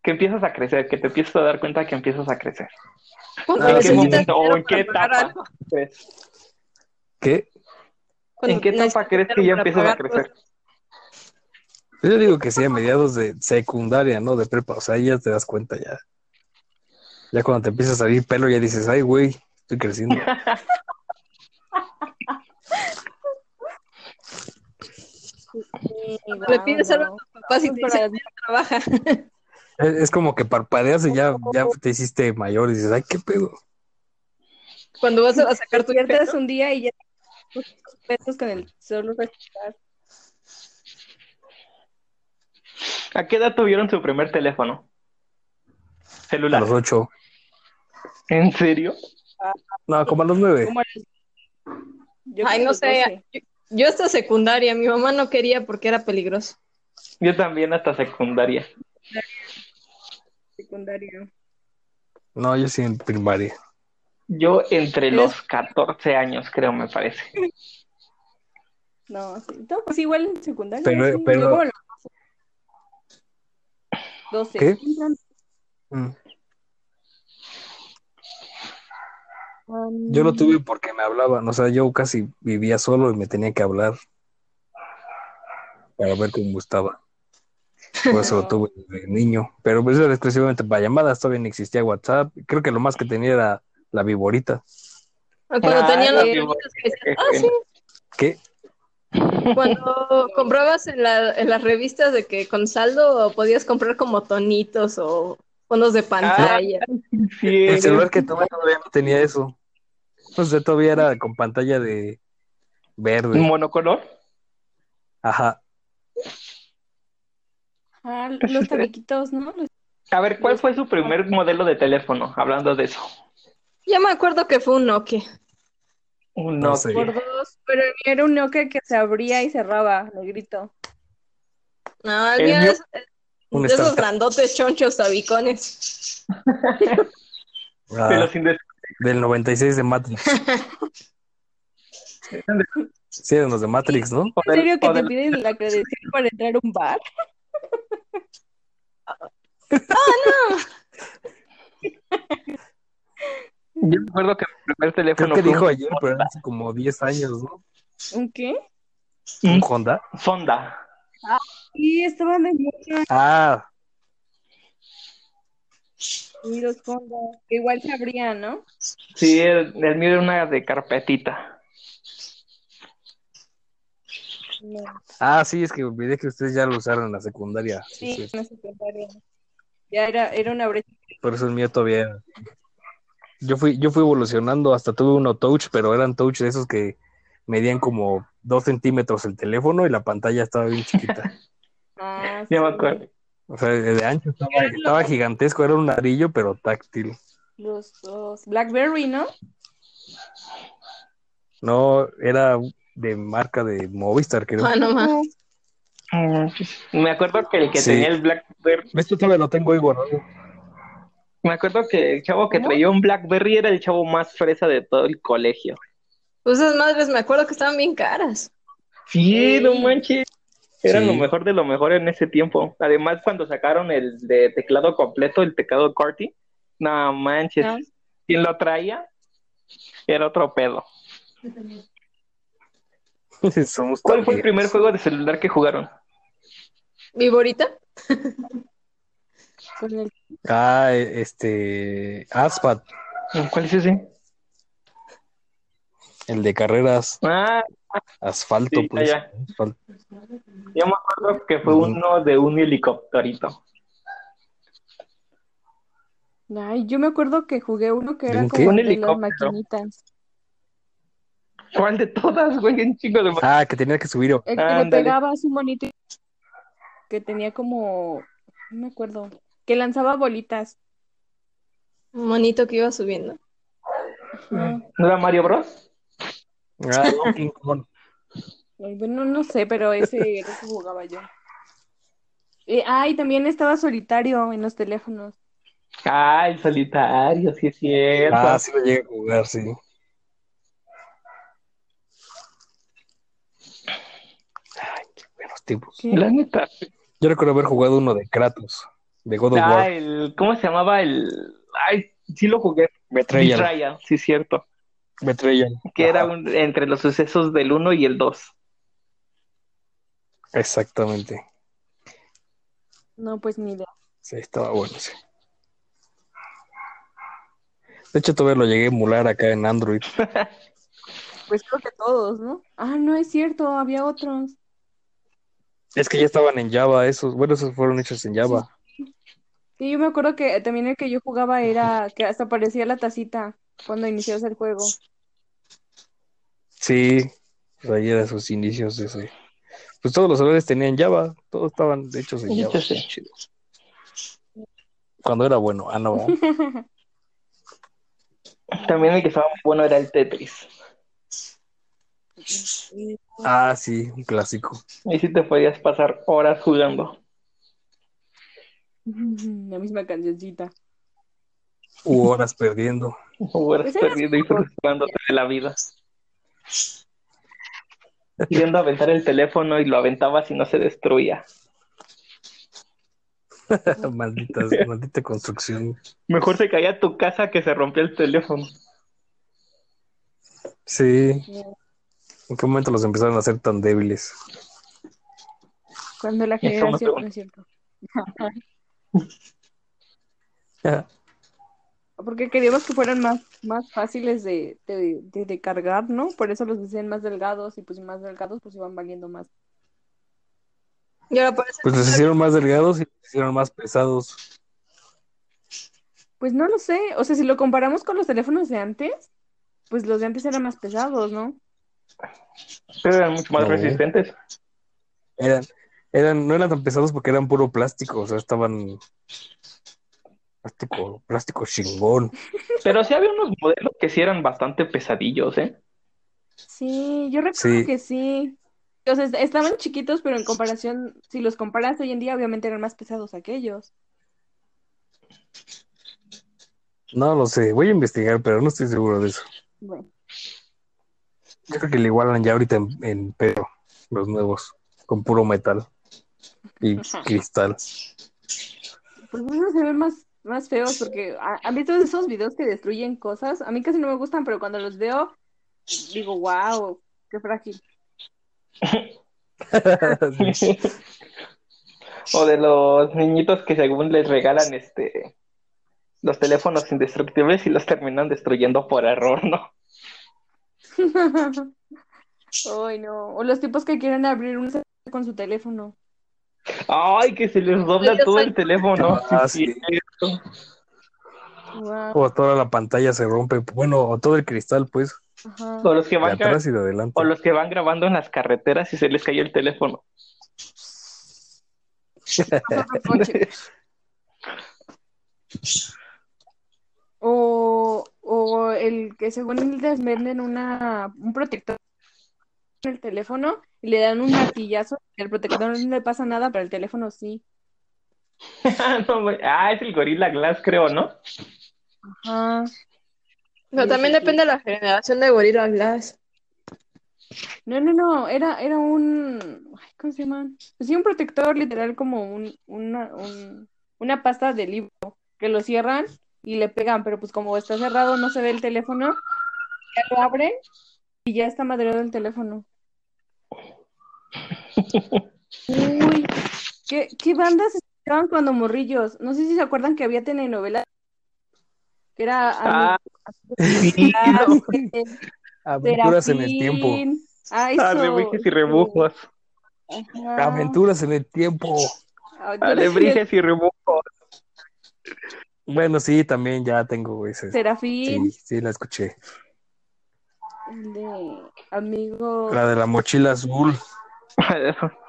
[SPEAKER 4] que empiezas a crecer, que te empiezas a dar cuenta que empiezas a crecer.
[SPEAKER 5] Cuando
[SPEAKER 2] Ah,
[SPEAKER 4] ¿En qué
[SPEAKER 2] sí.
[SPEAKER 5] necesitas
[SPEAKER 4] momento o
[SPEAKER 5] dinero
[SPEAKER 4] en qué
[SPEAKER 5] para pagar
[SPEAKER 4] etapa?
[SPEAKER 5] algo,
[SPEAKER 4] crees?
[SPEAKER 2] ¿Qué?
[SPEAKER 5] cuando
[SPEAKER 4] ¿En qué etapa
[SPEAKER 5] necesitas
[SPEAKER 4] crees que
[SPEAKER 5] dinero
[SPEAKER 4] ya
[SPEAKER 5] para
[SPEAKER 4] empiezas a
[SPEAKER 5] pagar
[SPEAKER 4] crecer?
[SPEAKER 2] Yo digo que sí, a mediados de secundaria, ¿no? De prepa. O sea, ahí ya te das cuenta ya. Ya cuando te empieza a salir pelo, ya dices, ay, güey, estoy creciendo.
[SPEAKER 5] cosas. Le pides algo a tus papás y te
[SPEAKER 1] Pues Para-
[SPEAKER 5] dicen, "Mira, trabaja.
[SPEAKER 2] Es, es como que parpadeas y ya, ya te hiciste mayor y dices, ay, qué pedo.
[SPEAKER 5] Cuando vas a sacar tu
[SPEAKER 1] Despiertas un día y ya pesos con el solo respirar.
[SPEAKER 4] ¿A qué edad tuvieron su primer teléfono?
[SPEAKER 2] A
[SPEAKER 4] Celular.
[SPEAKER 2] los ocho.
[SPEAKER 4] ¿En serio?
[SPEAKER 2] No, como a los nueve.
[SPEAKER 1] ¿Cómo eres? Yo
[SPEAKER 5] Ay,
[SPEAKER 1] creo
[SPEAKER 5] no
[SPEAKER 1] que
[SPEAKER 5] sé. Yo, yo hasta secundaria, mi mamá no quería porque era peligroso.
[SPEAKER 4] Yo también hasta secundaria.
[SPEAKER 1] secundario.
[SPEAKER 2] No, yo sí en primaria.
[SPEAKER 4] Yo entre los 14 años, creo, me parece.
[SPEAKER 1] No, sí. No, pues igual en secundaria.
[SPEAKER 2] Pero-
[SPEAKER 1] sí.
[SPEAKER 2] pero-
[SPEAKER 1] Yo como a los 12.
[SPEAKER 2] ¿Qué? Mm. Yo lo tuve porque me hablaban, o sea, yo casi vivía solo y me tenía que hablar para ver cómo estaba. Por eso lo tuve de niño, pero eso era exclusivamente para llamadas, todavía no existía WhatsApp. Creo que lo más que tenía era la viborita.
[SPEAKER 5] Cuando
[SPEAKER 4] Ah,
[SPEAKER 5] tenían los
[SPEAKER 4] sí.
[SPEAKER 5] dibujitos que
[SPEAKER 4] Eh,
[SPEAKER 5] decían, ah, sí,
[SPEAKER 2] ¿Qué?
[SPEAKER 5] Cuando comprabas en, la- en las revistas de que con saldo podías comprar como tonitos o fondos de pantalla.
[SPEAKER 4] Sí,
[SPEAKER 2] El celular que tuve todavía no tenía eso. O sea, todavía era con pantalla de verde.
[SPEAKER 4] monocolor.
[SPEAKER 2] Ajá.
[SPEAKER 1] Ah, los tabiquitos, ¿no? Los-
[SPEAKER 4] A ver, ¿cuál fue su primer modelo de teléfono? Hablando de eso.
[SPEAKER 5] Ya me acuerdo que fue un Nokia.
[SPEAKER 4] Un
[SPEAKER 2] No
[SPEAKER 4] Nokia.
[SPEAKER 1] Por dos. Pero el mío era un Nokia que se abría y cerraba, negrito.
[SPEAKER 5] No, el
[SPEAKER 4] El
[SPEAKER 5] mío
[SPEAKER 4] mío-
[SPEAKER 5] es es
[SPEAKER 2] Un
[SPEAKER 5] de esos
[SPEAKER 2] startup.
[SPEAKER 5] grandotes chonchos tabicones.
[SPEAKER 2] Ah,
[SPEAKER 4] De los indes-
[SPEAKER 2] del 96 de Matrix. Sí, eran los de Matrix, ¿no?
[SPEAKER 1] ¿En serio que
[SPEAKER 4] o
[SPEAKER 1] te
[SPEAKER 4] del-
[SPEAKER 1] piden la credencial para entrar a un bar?
[SPEAKER 4] Yo me acuerdo que mi primer
[SPEAKER 2] Creo
[SPEAKER 4] teléfono
[SPEAKER 2] que
[SPEAKER 4] fue
[SPEAKER 2] dijo
[SPEAKER 4] un-
[SPEAKER 2] ayer, pero era hace como 10 años, ¿no?
[SPEAKER 1] ¿Un qué?
[SPEAKER 2] Un
[SPEAKER 4] un
[SPEAKER 2] Honda.
[SPEAKER 4] Sonda.
[SPEAKER 1] Sí, estaban de muchos
[SPEAKER 2] Ah,
[SPEAKER 1] y los Honda, que igual se abrían, ¿no?
[SPEAKER 4] Sí, el, el mío era una de carpetita.
[SPEAKER 1] No,
[SPEAKER 2] ah, sí, es que olvidé que ustedes ya lo usaron en la secundaria. Sí,
[SPEAKER 1] sí,
[SPEAKER 2] sí.
[SPEAKER 1] en la secundaria. Ya era, era una brecha.
[SPEAKER 2] Por eso el mío todavía. era. Yo fui, yo fui evolucionando, hasta tuve uno touch, pero eran touch de esos que medían como dos centímetros el teléfono y la pantalla estaba bien chiquita.
[SPEAKER 1] Ah,
[SPEAKER 4] Ya me
[SPEAKER 1] sí.
[SPEAKER 4] acuerdo.
[SPEAKER 2] O sea, de ancho estaba, estaba gigantesco, era un ladrillo, pero táctil.
[SPEAKER 1] Los dos. Blackberry, ¿no?
[SPEAKER 2] No, era de marca de Movistar, creo.
[SPEAKER 5] Ah, no más.
[SPEAKER 4] Mm, Me acuerdo que el que
[SPEAKER 2] Sí.
[SPEAKER 4] tenía el Blackberry.
[SPEAKER 2] Esto todavía lo tengo ahí guardado.
[SPEAKER 4] Me acuerdo que el chavo que traía un Blackberry era el chavo más fresa de todo el colegio.
[SPEAKER 5] Pues esas madres me acuerdo que estaban bien caras.
[SPEAKER 4] Sí, no manches. Era
[SPEAKER 2] Sí.
[SPEAKER 4] lo mejor de lo mejor en ese tiempo. Además, cuando sacaron el de teclado completo, el teclado Corti, no manches.
[SPEAKER 1] Ah.
[SPEAKER 4] ¿Quién lo traía? Era otro pedo.
[SPEAKER 2] Somos
[SPEAKER 4] ¿Cuál fue el
[SPEAKER 2] tan
[SPEAKER 4] primer
[SPEAKER 2] viejos.
[SPEAKER 4] juego de celular que jugaron?
[SPEAKER 5] ¿Viborita?
[SPEAKER 1] Con el
[SPEAKER 2] Ah, este. Aspat,
[SPEAKER 4] ¿Cuál es ese?
[SPEAKER 2] el de carreras.
[SPEAKER 4] Ah,
[SPEAKER 2] Asfalto,
[SPEAKER 4] Sí, ya,
[SPEAKER 2] pues.
[SPEAKER 4] ya.
[SPEAKER 2] Asfalto.
[SPEAKER 4] yo me acuerdo que fue
[SPEAKER 2] Ujú.
[SPEAKER 4] uno de un helicópterito.
[SPEAKER 1] Ay, yo me acuerdo que jugué uno que
[SPEAKER 2] ¿De
[SPEAKER 1] era
[SPEAKER 2] un
[SPEAKER 1] como
[SPEAKER 2] qué?
[SPEAKER 1] el
[SPEAKER 4] Un
[SPEAKER 1] de las
[SPEAKER 4] helicóptero.
[SPEAKER 1] maquinitas.
[SPEAKER 4] ¿Cuál de todas, güey? Un chingo de...
[SPEAKER 2] Ah, que tenía que subir.
[SPEAKER 1] El que le
[SPEAKER 4] Ándale.
[SPEAKER 1] pegaba a su monito y- que tenía como, no me acuerdo, que lanzaba bolitas.
[SPEAKER 5] Un monito que iba subiendo.
[SPEAKER 1] Ajá.
[SPEAKER 4] ¿No era Mario Bros?
[SPEAKER 2] Ah, Lincoln.
[SPEAKER 1] Ay, Bueno, no sé, pero ese era el que jugaba yo. Eh, ay, también estaba solitario en los teléfonos.
[SPEAKER 4] Ah, el solitario, sí es cierto.
[SPEAKER 2] ah, sí lo llegué a jugar, sí. Ay, qué buenos tiempos.
[SPEAKER 1] ¿Qué?
[SPEAKER 4] La neta.
[SPEAKER 2] Yo recuerdo haber jugado uno de Kratos. de God of
[SPEAKER 4] Ah,
[SPEAKER 2] War.
[SPEAKER 4] el, ¿cómo se llamaba? El, ay, sí lo jugué.
[SPEAKER 2] Betrayal.
[SPEAKER 4] Betrayal, sí, cierto.
[SPEAKER 2] Betrayal.
[SPEAKER 4] Que era
[SPEAKER 2] Ajá,
[SPEAKER 4] un- entre los sucesos del 1 y el 2.
[SPEAKER 2] Exactamente.
[SPEAKER 1] No, pues ni idea.
[SPEAKER 2] Sí, estaba bueno, sí. De hecho, todavía lo llegué a emular acá en Android.
[SPEAKER 1] Pues creo que todos, ¿no? Ah, no es cierto, había otros.
[SPEAKER 2] Es que ya estaban en Java esos. Bueno, esos fueron hechos en Java.
[SPEAKER 1] Sí, yo me acuerdo que también el que yo jugaba era que hasta aparecía la tacita cuando iniciabas el juego.
[SPEAKER 2] Sí, pues ahí era sus inicios de ese. Pues todos los celulares tenían Java. Todos estaban hechos en
[SPEAKER 4] Sí,
[SPEAKER 2] Java.
[SPEAKER 4] sí, sí.
[SPEAKER 2] Chido. Cuando era bueno. Ah, no. ¿verdad?
[SPEAKER 4] También el que estaba muy bueno era el Tetris.
[SPEAKER 2] Ah, sí, un clásico.
[SPEAKER 4] Y sí te podías pasar horas jugando.
[SPEAKER 1] La misma cancioncita.
[SPEAKER 2] U horas perdiendo.
[SPEAKER 4] Horas
[SPEAKER 1] Ese era
[SPEAKER 4] perdiendo y frustrándote de la vida. Yendo a aventar el teléfono y lo aventabas y no se destruía.
[SPEAKER 2] Malditas, maldita construcción.
[SPEAKER 4] Mejor se caía a tu casa que se rompía el teléfono.
[SPEAKER 2] Sí. ¿En qué momento los empezaron a hacer tan débiles?
[SPEAKER 1] Cuando la
[SPEAKER 4] Eso me
[SPEAKER 1] generación,
[SPEAKER 4] pregunto.
[SPEAKER 1] no es cierto.
[SPEAKER 2] Pues
[SPEAKER 1] Porque queríamos que fueran más, más fáciles de, de, de- de cargar, ¿no? Por eso los decían más delgados y pues más delgados pues iban valiendo más.
[SPEAKER 5] Y ahora parece
[SPEAKER 2] Pues los hicieron más delgados y los hicieron más pesados.
[SPEAKER 1] Pues no lo sé, o sea, si lo comparamos con los teléfonos de antes, pues los de antes eran más pesados, ¿no?
[SPEAKER 4] Pero eran mucho más
[SPEAKER 2] No.
[SPEAKER 4] resistentes.
[SPEAKER 2] Eran, eran, no eran tan pesados porque eran puro plástico, o sea, estaban plástico, plástico chingón.
[SPEAKER 4] Pero sí había unos modelos que sí eran bastante pesadillos, ¿eh?
[SPEAKER 1] Sí, yo recuerdo
[SPEAKER 2] Sí.
[SPEAKER 1] que sí. O sea, est- estaban chiquitos, pero en comparación, si los comparas hoy en día, obviamente eran más pesados aquellos.
[SPEAKER 2] No lo sé, voy a investigar, pero no estoy seguro de eso.
[SPEAKER 1] Bueno,
[SPEAKER 2] Yo creo que le igualan ya ahorita en, en pedo, los nuevos, con puro metal y cristal.
[SPEAKER 1] pues uno se ven más, más feos porque a- han visto esos videos que destruyen cosas. A mí casi no me gustan, pero cuando los veo, digo, wow, qué frágil.
[SPEAKER 4] o de los niñitos que según les regalan este los teléfonos indestructibles y los terminan destruyendo por error, ¿no?
[SPEAKER 1] Ay, no. O los tipos que quieren abrir un celular con su teléfono.
[SPEAKER 4] Ay, que se les dobla
[SPEAKER 5] Yo
[SPEAKER 4] todo
[SPEAKER 5] soy-
[SPEAKER 4] el teléfono.
[SPEAKER 2] Ah,
[SPEAKER 4] Sí,
[SPEAKER 2] sí.
[SPEAKER 4] cierto.
[SPEAKER 1] Wow.
[SPEAKER 2] O toda la pantalla se rompe, bueno, o todo el cristal, pues,
[SPEAKER 1] Ajá.
[SPEAKER 4] O los que
[SPEAKER 2] de
[SPEAKER 4] van gra-
[SPEAKER 2] atrás y de adelante.
[SPEAKER 4] o los que van grabando en las carreteras y se les cayó el teléfono.
[SPEAKER 1] Otro coche. O, o el que según les venden una, un protector en el teléfono y le dan un martillazo, y al protector no le pasa nada, pero el teléfono sí.
[SPEAKER 4] No, güey. ah, es el Gorilla Glass, creo, ¿no?
[SPEAKER 1] Ajá.
[SPEAKER 5] Pero también depende de la generación de Gorilla Glass.
[SPEAKER 1] No, no, no, era, era un, ay, ¿cómo se llama? Pues sí, un protector literal como un, una, un- una pasta de libro que lo cierran y le pegan, pero pues como está cerrado no se ve el teléfono, ya lo abren y ya está madreado el teléfono. Uy, ¿qué, qué bandas escuchaban cuando morrillos? No sé si se acuerdan que había telenovela que era
[SPEAKER 4] Ah,
[SPEAKER 1] Amigos,
[SPEAKER 2] Aventuras en el tiempo.
[SPEAKER 1] Serafín, ah,
[SPEAKER 4] Ah,
[SPEAKER 1] eso,
[SPEAKER 4] alebrijes y
[SPEAKER 1] este,
[SPEAKER 4] rebujos.
[SPEAKER 1] Ajá.
[SPEAKER 2] Aventuras en el tiempo.
[SPEAKER 1] Aventuras
[SPEAKER 4] Alebrijes Ah, y rebujos.
[SPEAKER 2] Bueno, sí, también ya tengo ese.
[SPEAKER 1] de Serafín,
[SPEAKER 2] Sí, sí, la escuché.
[SPEAKER 1] el de Amigo.
[SPEAKER 2] La de la mochila azul.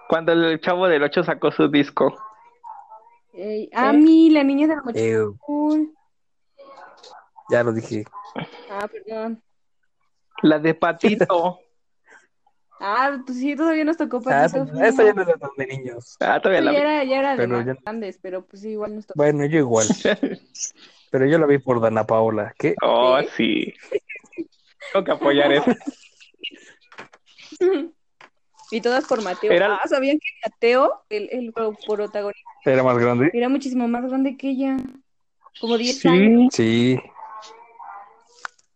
[SPEAKER 4] Cuando el chavo del 8 sacó su disco.
[SPEAKER 1] eh, Ami, la niña de la mochila
[SPEAKER 2] Eh,
[SPEAKER 1] azul.
[SPEAKER 2] ya lo dije.
[SPEAKER 1] Ah, perdón.
[SPEAKER 4] La de Patito.
[SPEAKER 1] Ah, pues sí, todavía nos tocó
[SPEAKER 2] Ah,
[SPEAKER 1] Patito
[SPEAKER 2] esa,
[SPEAKER 1] Feo.
[SPEAKER 2] esa ya no era tan de niños.
[SPEAKER 4] Ah,
[SPEAKER 1] Pero
[SPEAKER 4] todavía la
[SPEAKER 1] ya
[SPEAKER 4] vi.
[SPEAKER 1] era, ya era de
[SPEAKER 2] Pero
[SPEAKER 1] más
[SPEAKER 2] ya-
[SPEAKER 1] grandes, pero pues sí, igual nos tocó.
[SPEAKER 2] Bueno, yo igual. Pero yo la vi por Dana Paola. ¿Qué?
[SPEAKER 4] Oh, sí. Tengo que apoyar eso.
[SPEAKER 1] Y todas por Mateo.
[SPEAKER 4] Era-
[SPEAKER 1] Ah, ¿sabían que Mateo, el, el protagonista,
[SPEAKER 2] ¿Era más grande?
[SPEAKER 1] era muchísimo más grande que ella? Como 10 años.
[SPEAKER 4] Sí,
[SPEAKER 2] Sí.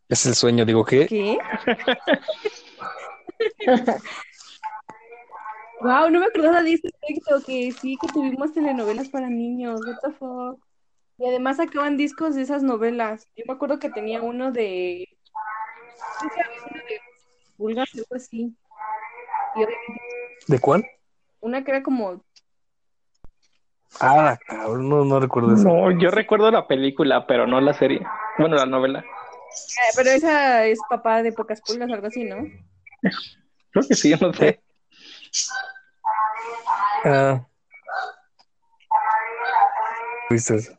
[SPEAKER 2] Es el sueño, digo, ¿qué?
[SPEAKER 1] ¿Qué? wow, no me acordaba de ese aspecto, que sí, que tuvimos telenovelas para niños, what the fuck. Y además sacaban discos de esas novelas. Yo me acuerdo que tenía uno de... creo que había uno de Vulgar, algo así. Y obviamente
[SPEAKER 2] ¿De cuál?
[SPEAKER 1] una que era como... eh,
[SPEAKER 2] Ah, cabrón, no, no recuerdo eso.
[SPEAKER 4] no, yo recuerdo la película, pero no la serie. Bueno, la novela.
[SPEAKER 1] eh, Pero esa es papá de pocas pulgas, algo así, ¿no?
[SPEAKER 4] Creo que sí, no sé.
[SPEAKER 2] Ah. ¿Viste eso?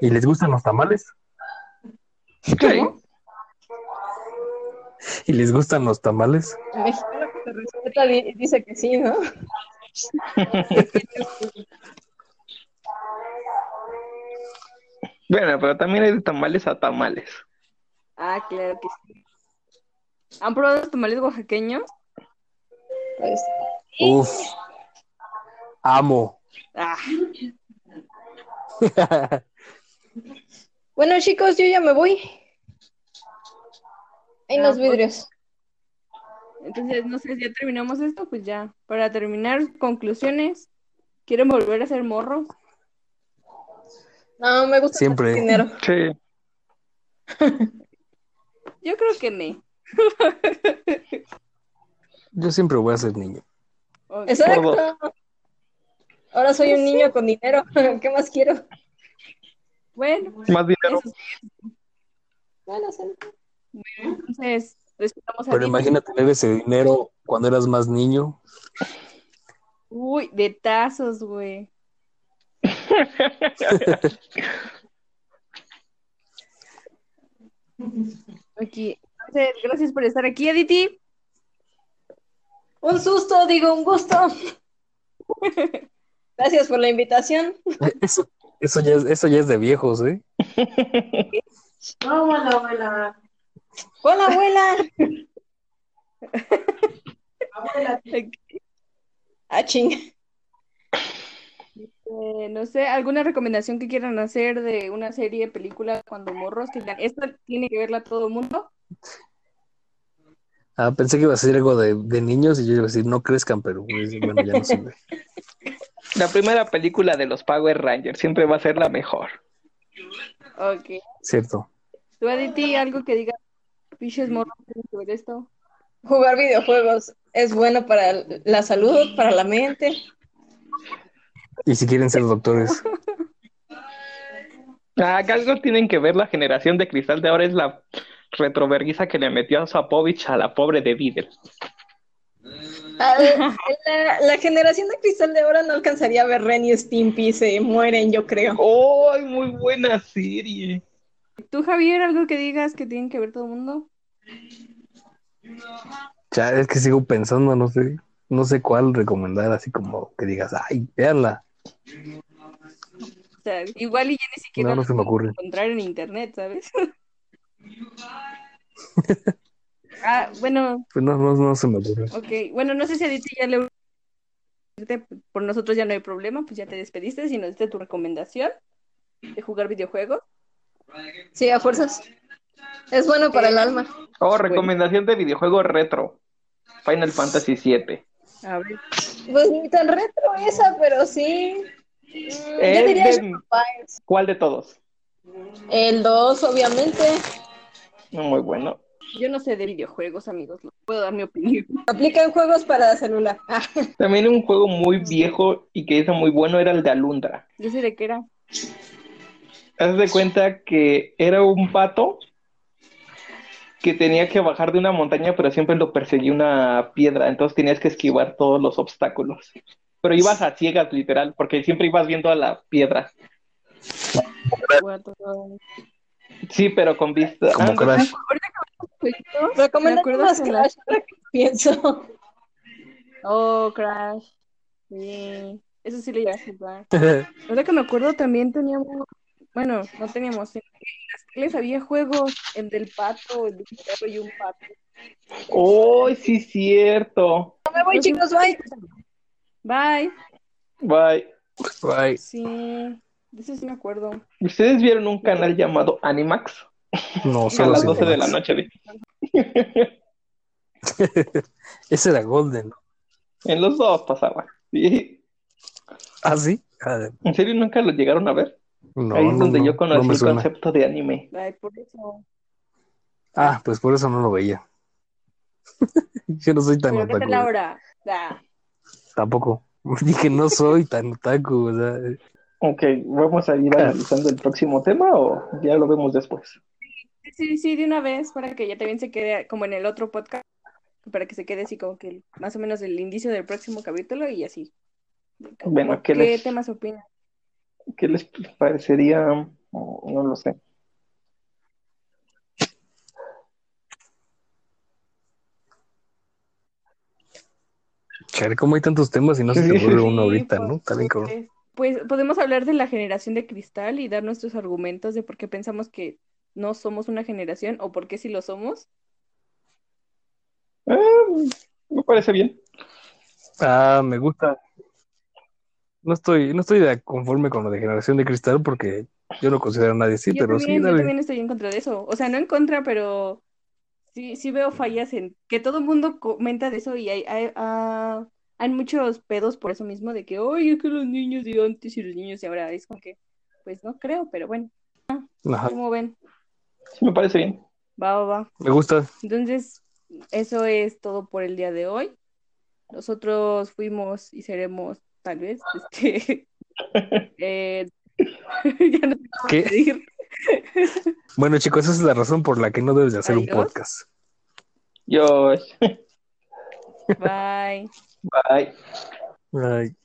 [SPEAKER 2] ¿Y les gustan los tamales?
[SPEAKER 4] Sí.
[SPEAKER 2] ¿Y les gustan los tamales?
[SPEAKER 5] El mexicano que se respeta di- dice que sí, ¿no?
[SPEAKER 4] Bueno, pero también hay de tamales a tamales.
[SPEAKER 1] Ah, claro que sí. ¿Han probado los tamales oaxaqueños?
[SPEAKER 5] Pues,
[SPEAKER 2] Uf. Amo.
[SPEAKER 1] Ah,
[SPEAKER 5] Bueno, chicos, yo ya me voy. Hay
[SPEAKER 1] Ah,
[SPEAKER 5] unos
[SPEAKER 1] pues.
[SPEAKER 5] vidrios.
[SPEAKER 1] Entonces, no sé, si ya terminamos esto, pues ya. Para terminar, conclusiones. ¿Quieren volver a ser morros?
[SPEAKER 5] No, me gusta
[SPEAKER 2] Siempre.
[SPEAKER 5] el dinero.
[SPEAKER 4] Sí.
[SPEAKER 1] Yo creo que me.
[SPEAKER 2] Yo siempre voy a ser niño.
[SPEAKER 1] O-
[SPEAKER 5] Exacto.
[SPEAKER 4] Por
[SPEAKER 5] Ahora soy un niño con dinero. ¿Qué más quiero?
[SPEAKER 1] Bueno,
[SPEAKER 4] Más dinero.
[SPEAKER 1] eso sí.
[SPEAKER 5] Bueno, sí.
[SPEAKER 1] entonces, pues, respetamos a
[SPEAKER 2] Pero
[SPEAKER 1] Dina.
[SPEAKER 2] imagina tener ese dinero cuando eras más niño.
[SPEAKER 1] Uy, de tazos, güey. Aquí. Entonces, gracias por estar aquí, Aditi.
[SPEAKER 5] Un susto, digo, un gusto. Gracias por la invitación.
[SPEAKER 2] Eso, eso, ya, es, eso ya es de viejos, ¿eh?
[SPEAKER 5] No, hola, abuela. Hola, abuela. Ah, ching.
[SPEAKER 1] Eh, no sé, alguna recomendación que quieran hacer de una serie, película, cuando morros, que digan, esto tiene que verla todo el mundo.
[SPEAKER 2] Ah, pensé que iba a ser algo de, de niños y yo iba a decir, no crezcan, pero pues, bueno, ya no sirve.
[SPEAKER 4] La primera película de los Power Rangers siempre va a ser la mejor.
[SPEAKER 1] Ok.
[SPEAKER 2] Cierto.
[SPEAKER 1] Tú, Aditi, algo que diga, pinches morros, tienen que ver esto.
[SPEAKER 5] Jugar videojuegos es bueno para la salud, para la mente.
[SPEAKER 2] Y si quieren ser doctores,
[SPEAKER 4] Ah, que algo tienen que ver la generación de cristal de ahora es la retroverguiza que le metió a Zapovich a la pobre de Videl.
[SPEAKER 5] Ah, La, la generación de cristal de ahora no alcanzaría a ver Ren y Stimpy, se mueren, yo creo.
[SPEAKER 4] Oh, ¡Ay, muy buena serie!
[SPEAKER 1] Tú, Javier, algo que digas que tienen que ver todo el mundo.
[SPEAKER 2] ya es que sigo pensando, no sé, no sé cuál recomendar, así como que digas, ay, véanla.
[SPEAKER 1] O sea, igual y ya ni siquiera
[SPEAKER 2] No, no
[SPEAKER 1] lo
[SPEAKER 2] se me ocurre.
[SPEAKER 1] encontrar en internet, ¿sabes? ah, bueno,
[SPEAKER 2] Pues no, no, no se me ocurre.
[SPEAKER 1] ok. Bueno, no sé si a Aditi ya le por nosotros ya no hay problema, pues ya te despediste, si nos diste tu recomendación de jugar videojuegos.
[SPEAKER 5] Sí, a fuerzas. Es bueno para el alma.
[SPEAKER 4] Oh, recomendación de videojuego retro. Final Fantasy VII.
[SPEAKER 1] A ver.
[SPEAKER 5] Pues ni tan retro esa, pero sí. Mm,
[SPEAKER 4] Es
[SPEAKER 5] Yo diría
[SPEAKER 4] de-
[SPEAKER 5] Age of Empires.
[SPEAKER 4] ¿Cuál de todos?
[SPEAKER 5] El 2, obviamente.
[SPEAKER 4] No, Muy bueno.
[SPEAKER 1] Yo no sé de videojuegos, amigos, no puedo dar mi opinión.
[SPEAKER 5] Aplican juegos para celular. Ah,
[SPEAKER 4] También un juego muy viejo y que hizo muy bueno era el de Alundra.
[SPEAKER 1] Yo sé de qué era.
[SPEAKER 4] Haz de cuenta que era un pato que tenía que bajar de una montaña, pero siempre lo perseguía una piedra, entonces tenías que esquivar todos los obstáculos. Pero ibas a ciegas, literal, porque siempre ibas viendo a la piedra.
[SPEAKER 1] What the-
[SPEAKER 4] Sí, pero con vista.
[SPEAKER 2] Como
[SPEAKER 4] Ah,
[SPEAKER 2] Crash.
[SPEAKER 1] ¿Me
[SPEAKER 5] Recomiendo
[SPEAKER 1] acuerdas
[SPEAKER 5] más
[SPEAKER 1] de
[SPEAKER 5] que
[SPEAKER 1] la-
[SPEAKER 5] Crash, ahora que pienso.
[SPEAKER 1] Oh, Crash. Sí. Eso sí le llegué a jugar. Ahora que me acuerdo, también teníamos, bueno, no teníamos, en las teles había juegos, el del pato, el del perro y un pato.
[SPEAKER 4] ¡Oh, sí, cierto!
[SPEAKER 5] Me voy, chicos, bye.
[SPEAKER 1] Bye.
[SPEAKER 4] Bye.
[SPEAKER 2] Bye.
[SPEAKER 1] Sí, de eso sí me acuerdo.
[SPEAKER 4] ¿Ustedes vieron un canal llamado Animax?
[SPEAKER 2] No,
[SPEAKER 4] A
[SPEAKER 2] solo
[SPEAKER 4] las
[SPEAKER 2] sí.
[SPEAKER 4] 12 de la noche, vi.
[SPEAKER 2] Ese era Golden. ¿no?
[SPEAKER 4] En los dos pasaba. Sí.
[SPEAKER 2] ¿Ah, sí? Ah,
[SPEAKER 4] ¿En serio nunca lo llegaron a ver?
[SPEAKER 2] no,
[SPEAKER 4] Ahí
[SPEAKER 2] no,
[SPEAKER 4] es donde
[SPEAKER 2] no,
[SPEAKER 4] yo conocí
[SPEAKER 2] no me
[SPEAKER 4] el
[SPEAKER 2] suena.
[SPEAKER 4] concepto de anime.
[SPEAKER 1] Ay, por eso.
[SPEAKER 2] Ah, pues por eso no lo veía. yo no soy tan
[SPEAKER 1] Pero ¿qué
[SPEAKER 2] otaku.
[SPEAKER 1] tal ahora? Da.
[SPEAKER 2] Tampoco. Dije, no soy tan otaku. O sea,
[SPEAKER 4] Ok, ¿vamos a
[SPEAKER 2] Ah.
[SPEAKER 4] ir analizando el próximo tema o ya lo vemos después?
[SPEAKER 1] Sí, sí, de una vez, para que ya también se quede como en el otro podcast, para que se quede así como que más o menos el indicio del próximo capítulo y así.
[SPEAKER 4] Bueno, ¿qué
[SPEAKER 1] ¿Qué
[SPEAKER 4] les-
[SPEAKER 1] temas opinan?
[SPEAKER 4] ¿Qué les parecería? Oh, No lo sé.
[SPEAKER 2] chale, ¿cómo hay tantos temas y no se te ocurre uno ahorita, no? Está bien cabrón.
[SPEAKER 1] pues, pues podemos hablar de la generación de cristal y dar nuestros argumentos de por qué pensamos que no somos una generación o por qué sí lo somos.
[SPEAKER 4] Ah, me parece bien.
[SPEAKER 2] Ah, me gusta. No estoy, no estoy de conforme con lo de generación de cristal porque yo no considero a nadie así,
[SPEAKER 1] yo
[SPEAKER 2] pero
[SPEAKER 1] también,
[SPEAKER 2] sí,
[SPEAKER 1] yo
[SPEAKER 2] dale.
[SPEAKER 1] también estoy en contra de eso. O sea, no en contra, pero sí, sí veo fallas en que todo el mundo comenta de eso y hay, hay, ah, hay muchos pedos por eso mismo de que, oye, que los niños de antes y los niños de ahora. Es como que, pues no creo, pero bueno,
[SPEAKER 2] Ajá,
[SPEAKER 1] ¿cómo ven?
[SPEAKER 4] Sí, me parece bien.
[SPEAKER 1] Va, va, va.
[SPEAKER 2] me gusta.
[SPEAKER 1] Entonces, eso es todo por el día de hoy. Nosotros fuimos y seremos, tal vez, este, eh, ya no sé cómo
[SPEAKER 2] ¿Qué?
[SPEAKER 1] decir.
[SPEAKER 2] Bueno, chicos, esa es la razón por la que no debes de hacer un
[SPEAKER 1] Adiós.
[SPEAKER 2] podcast.
[SPEAKER 4] Yo,
[SPEAKER 1] Bye.
[SPEAKER 4] bye.
[SPEAKER 2] Ay.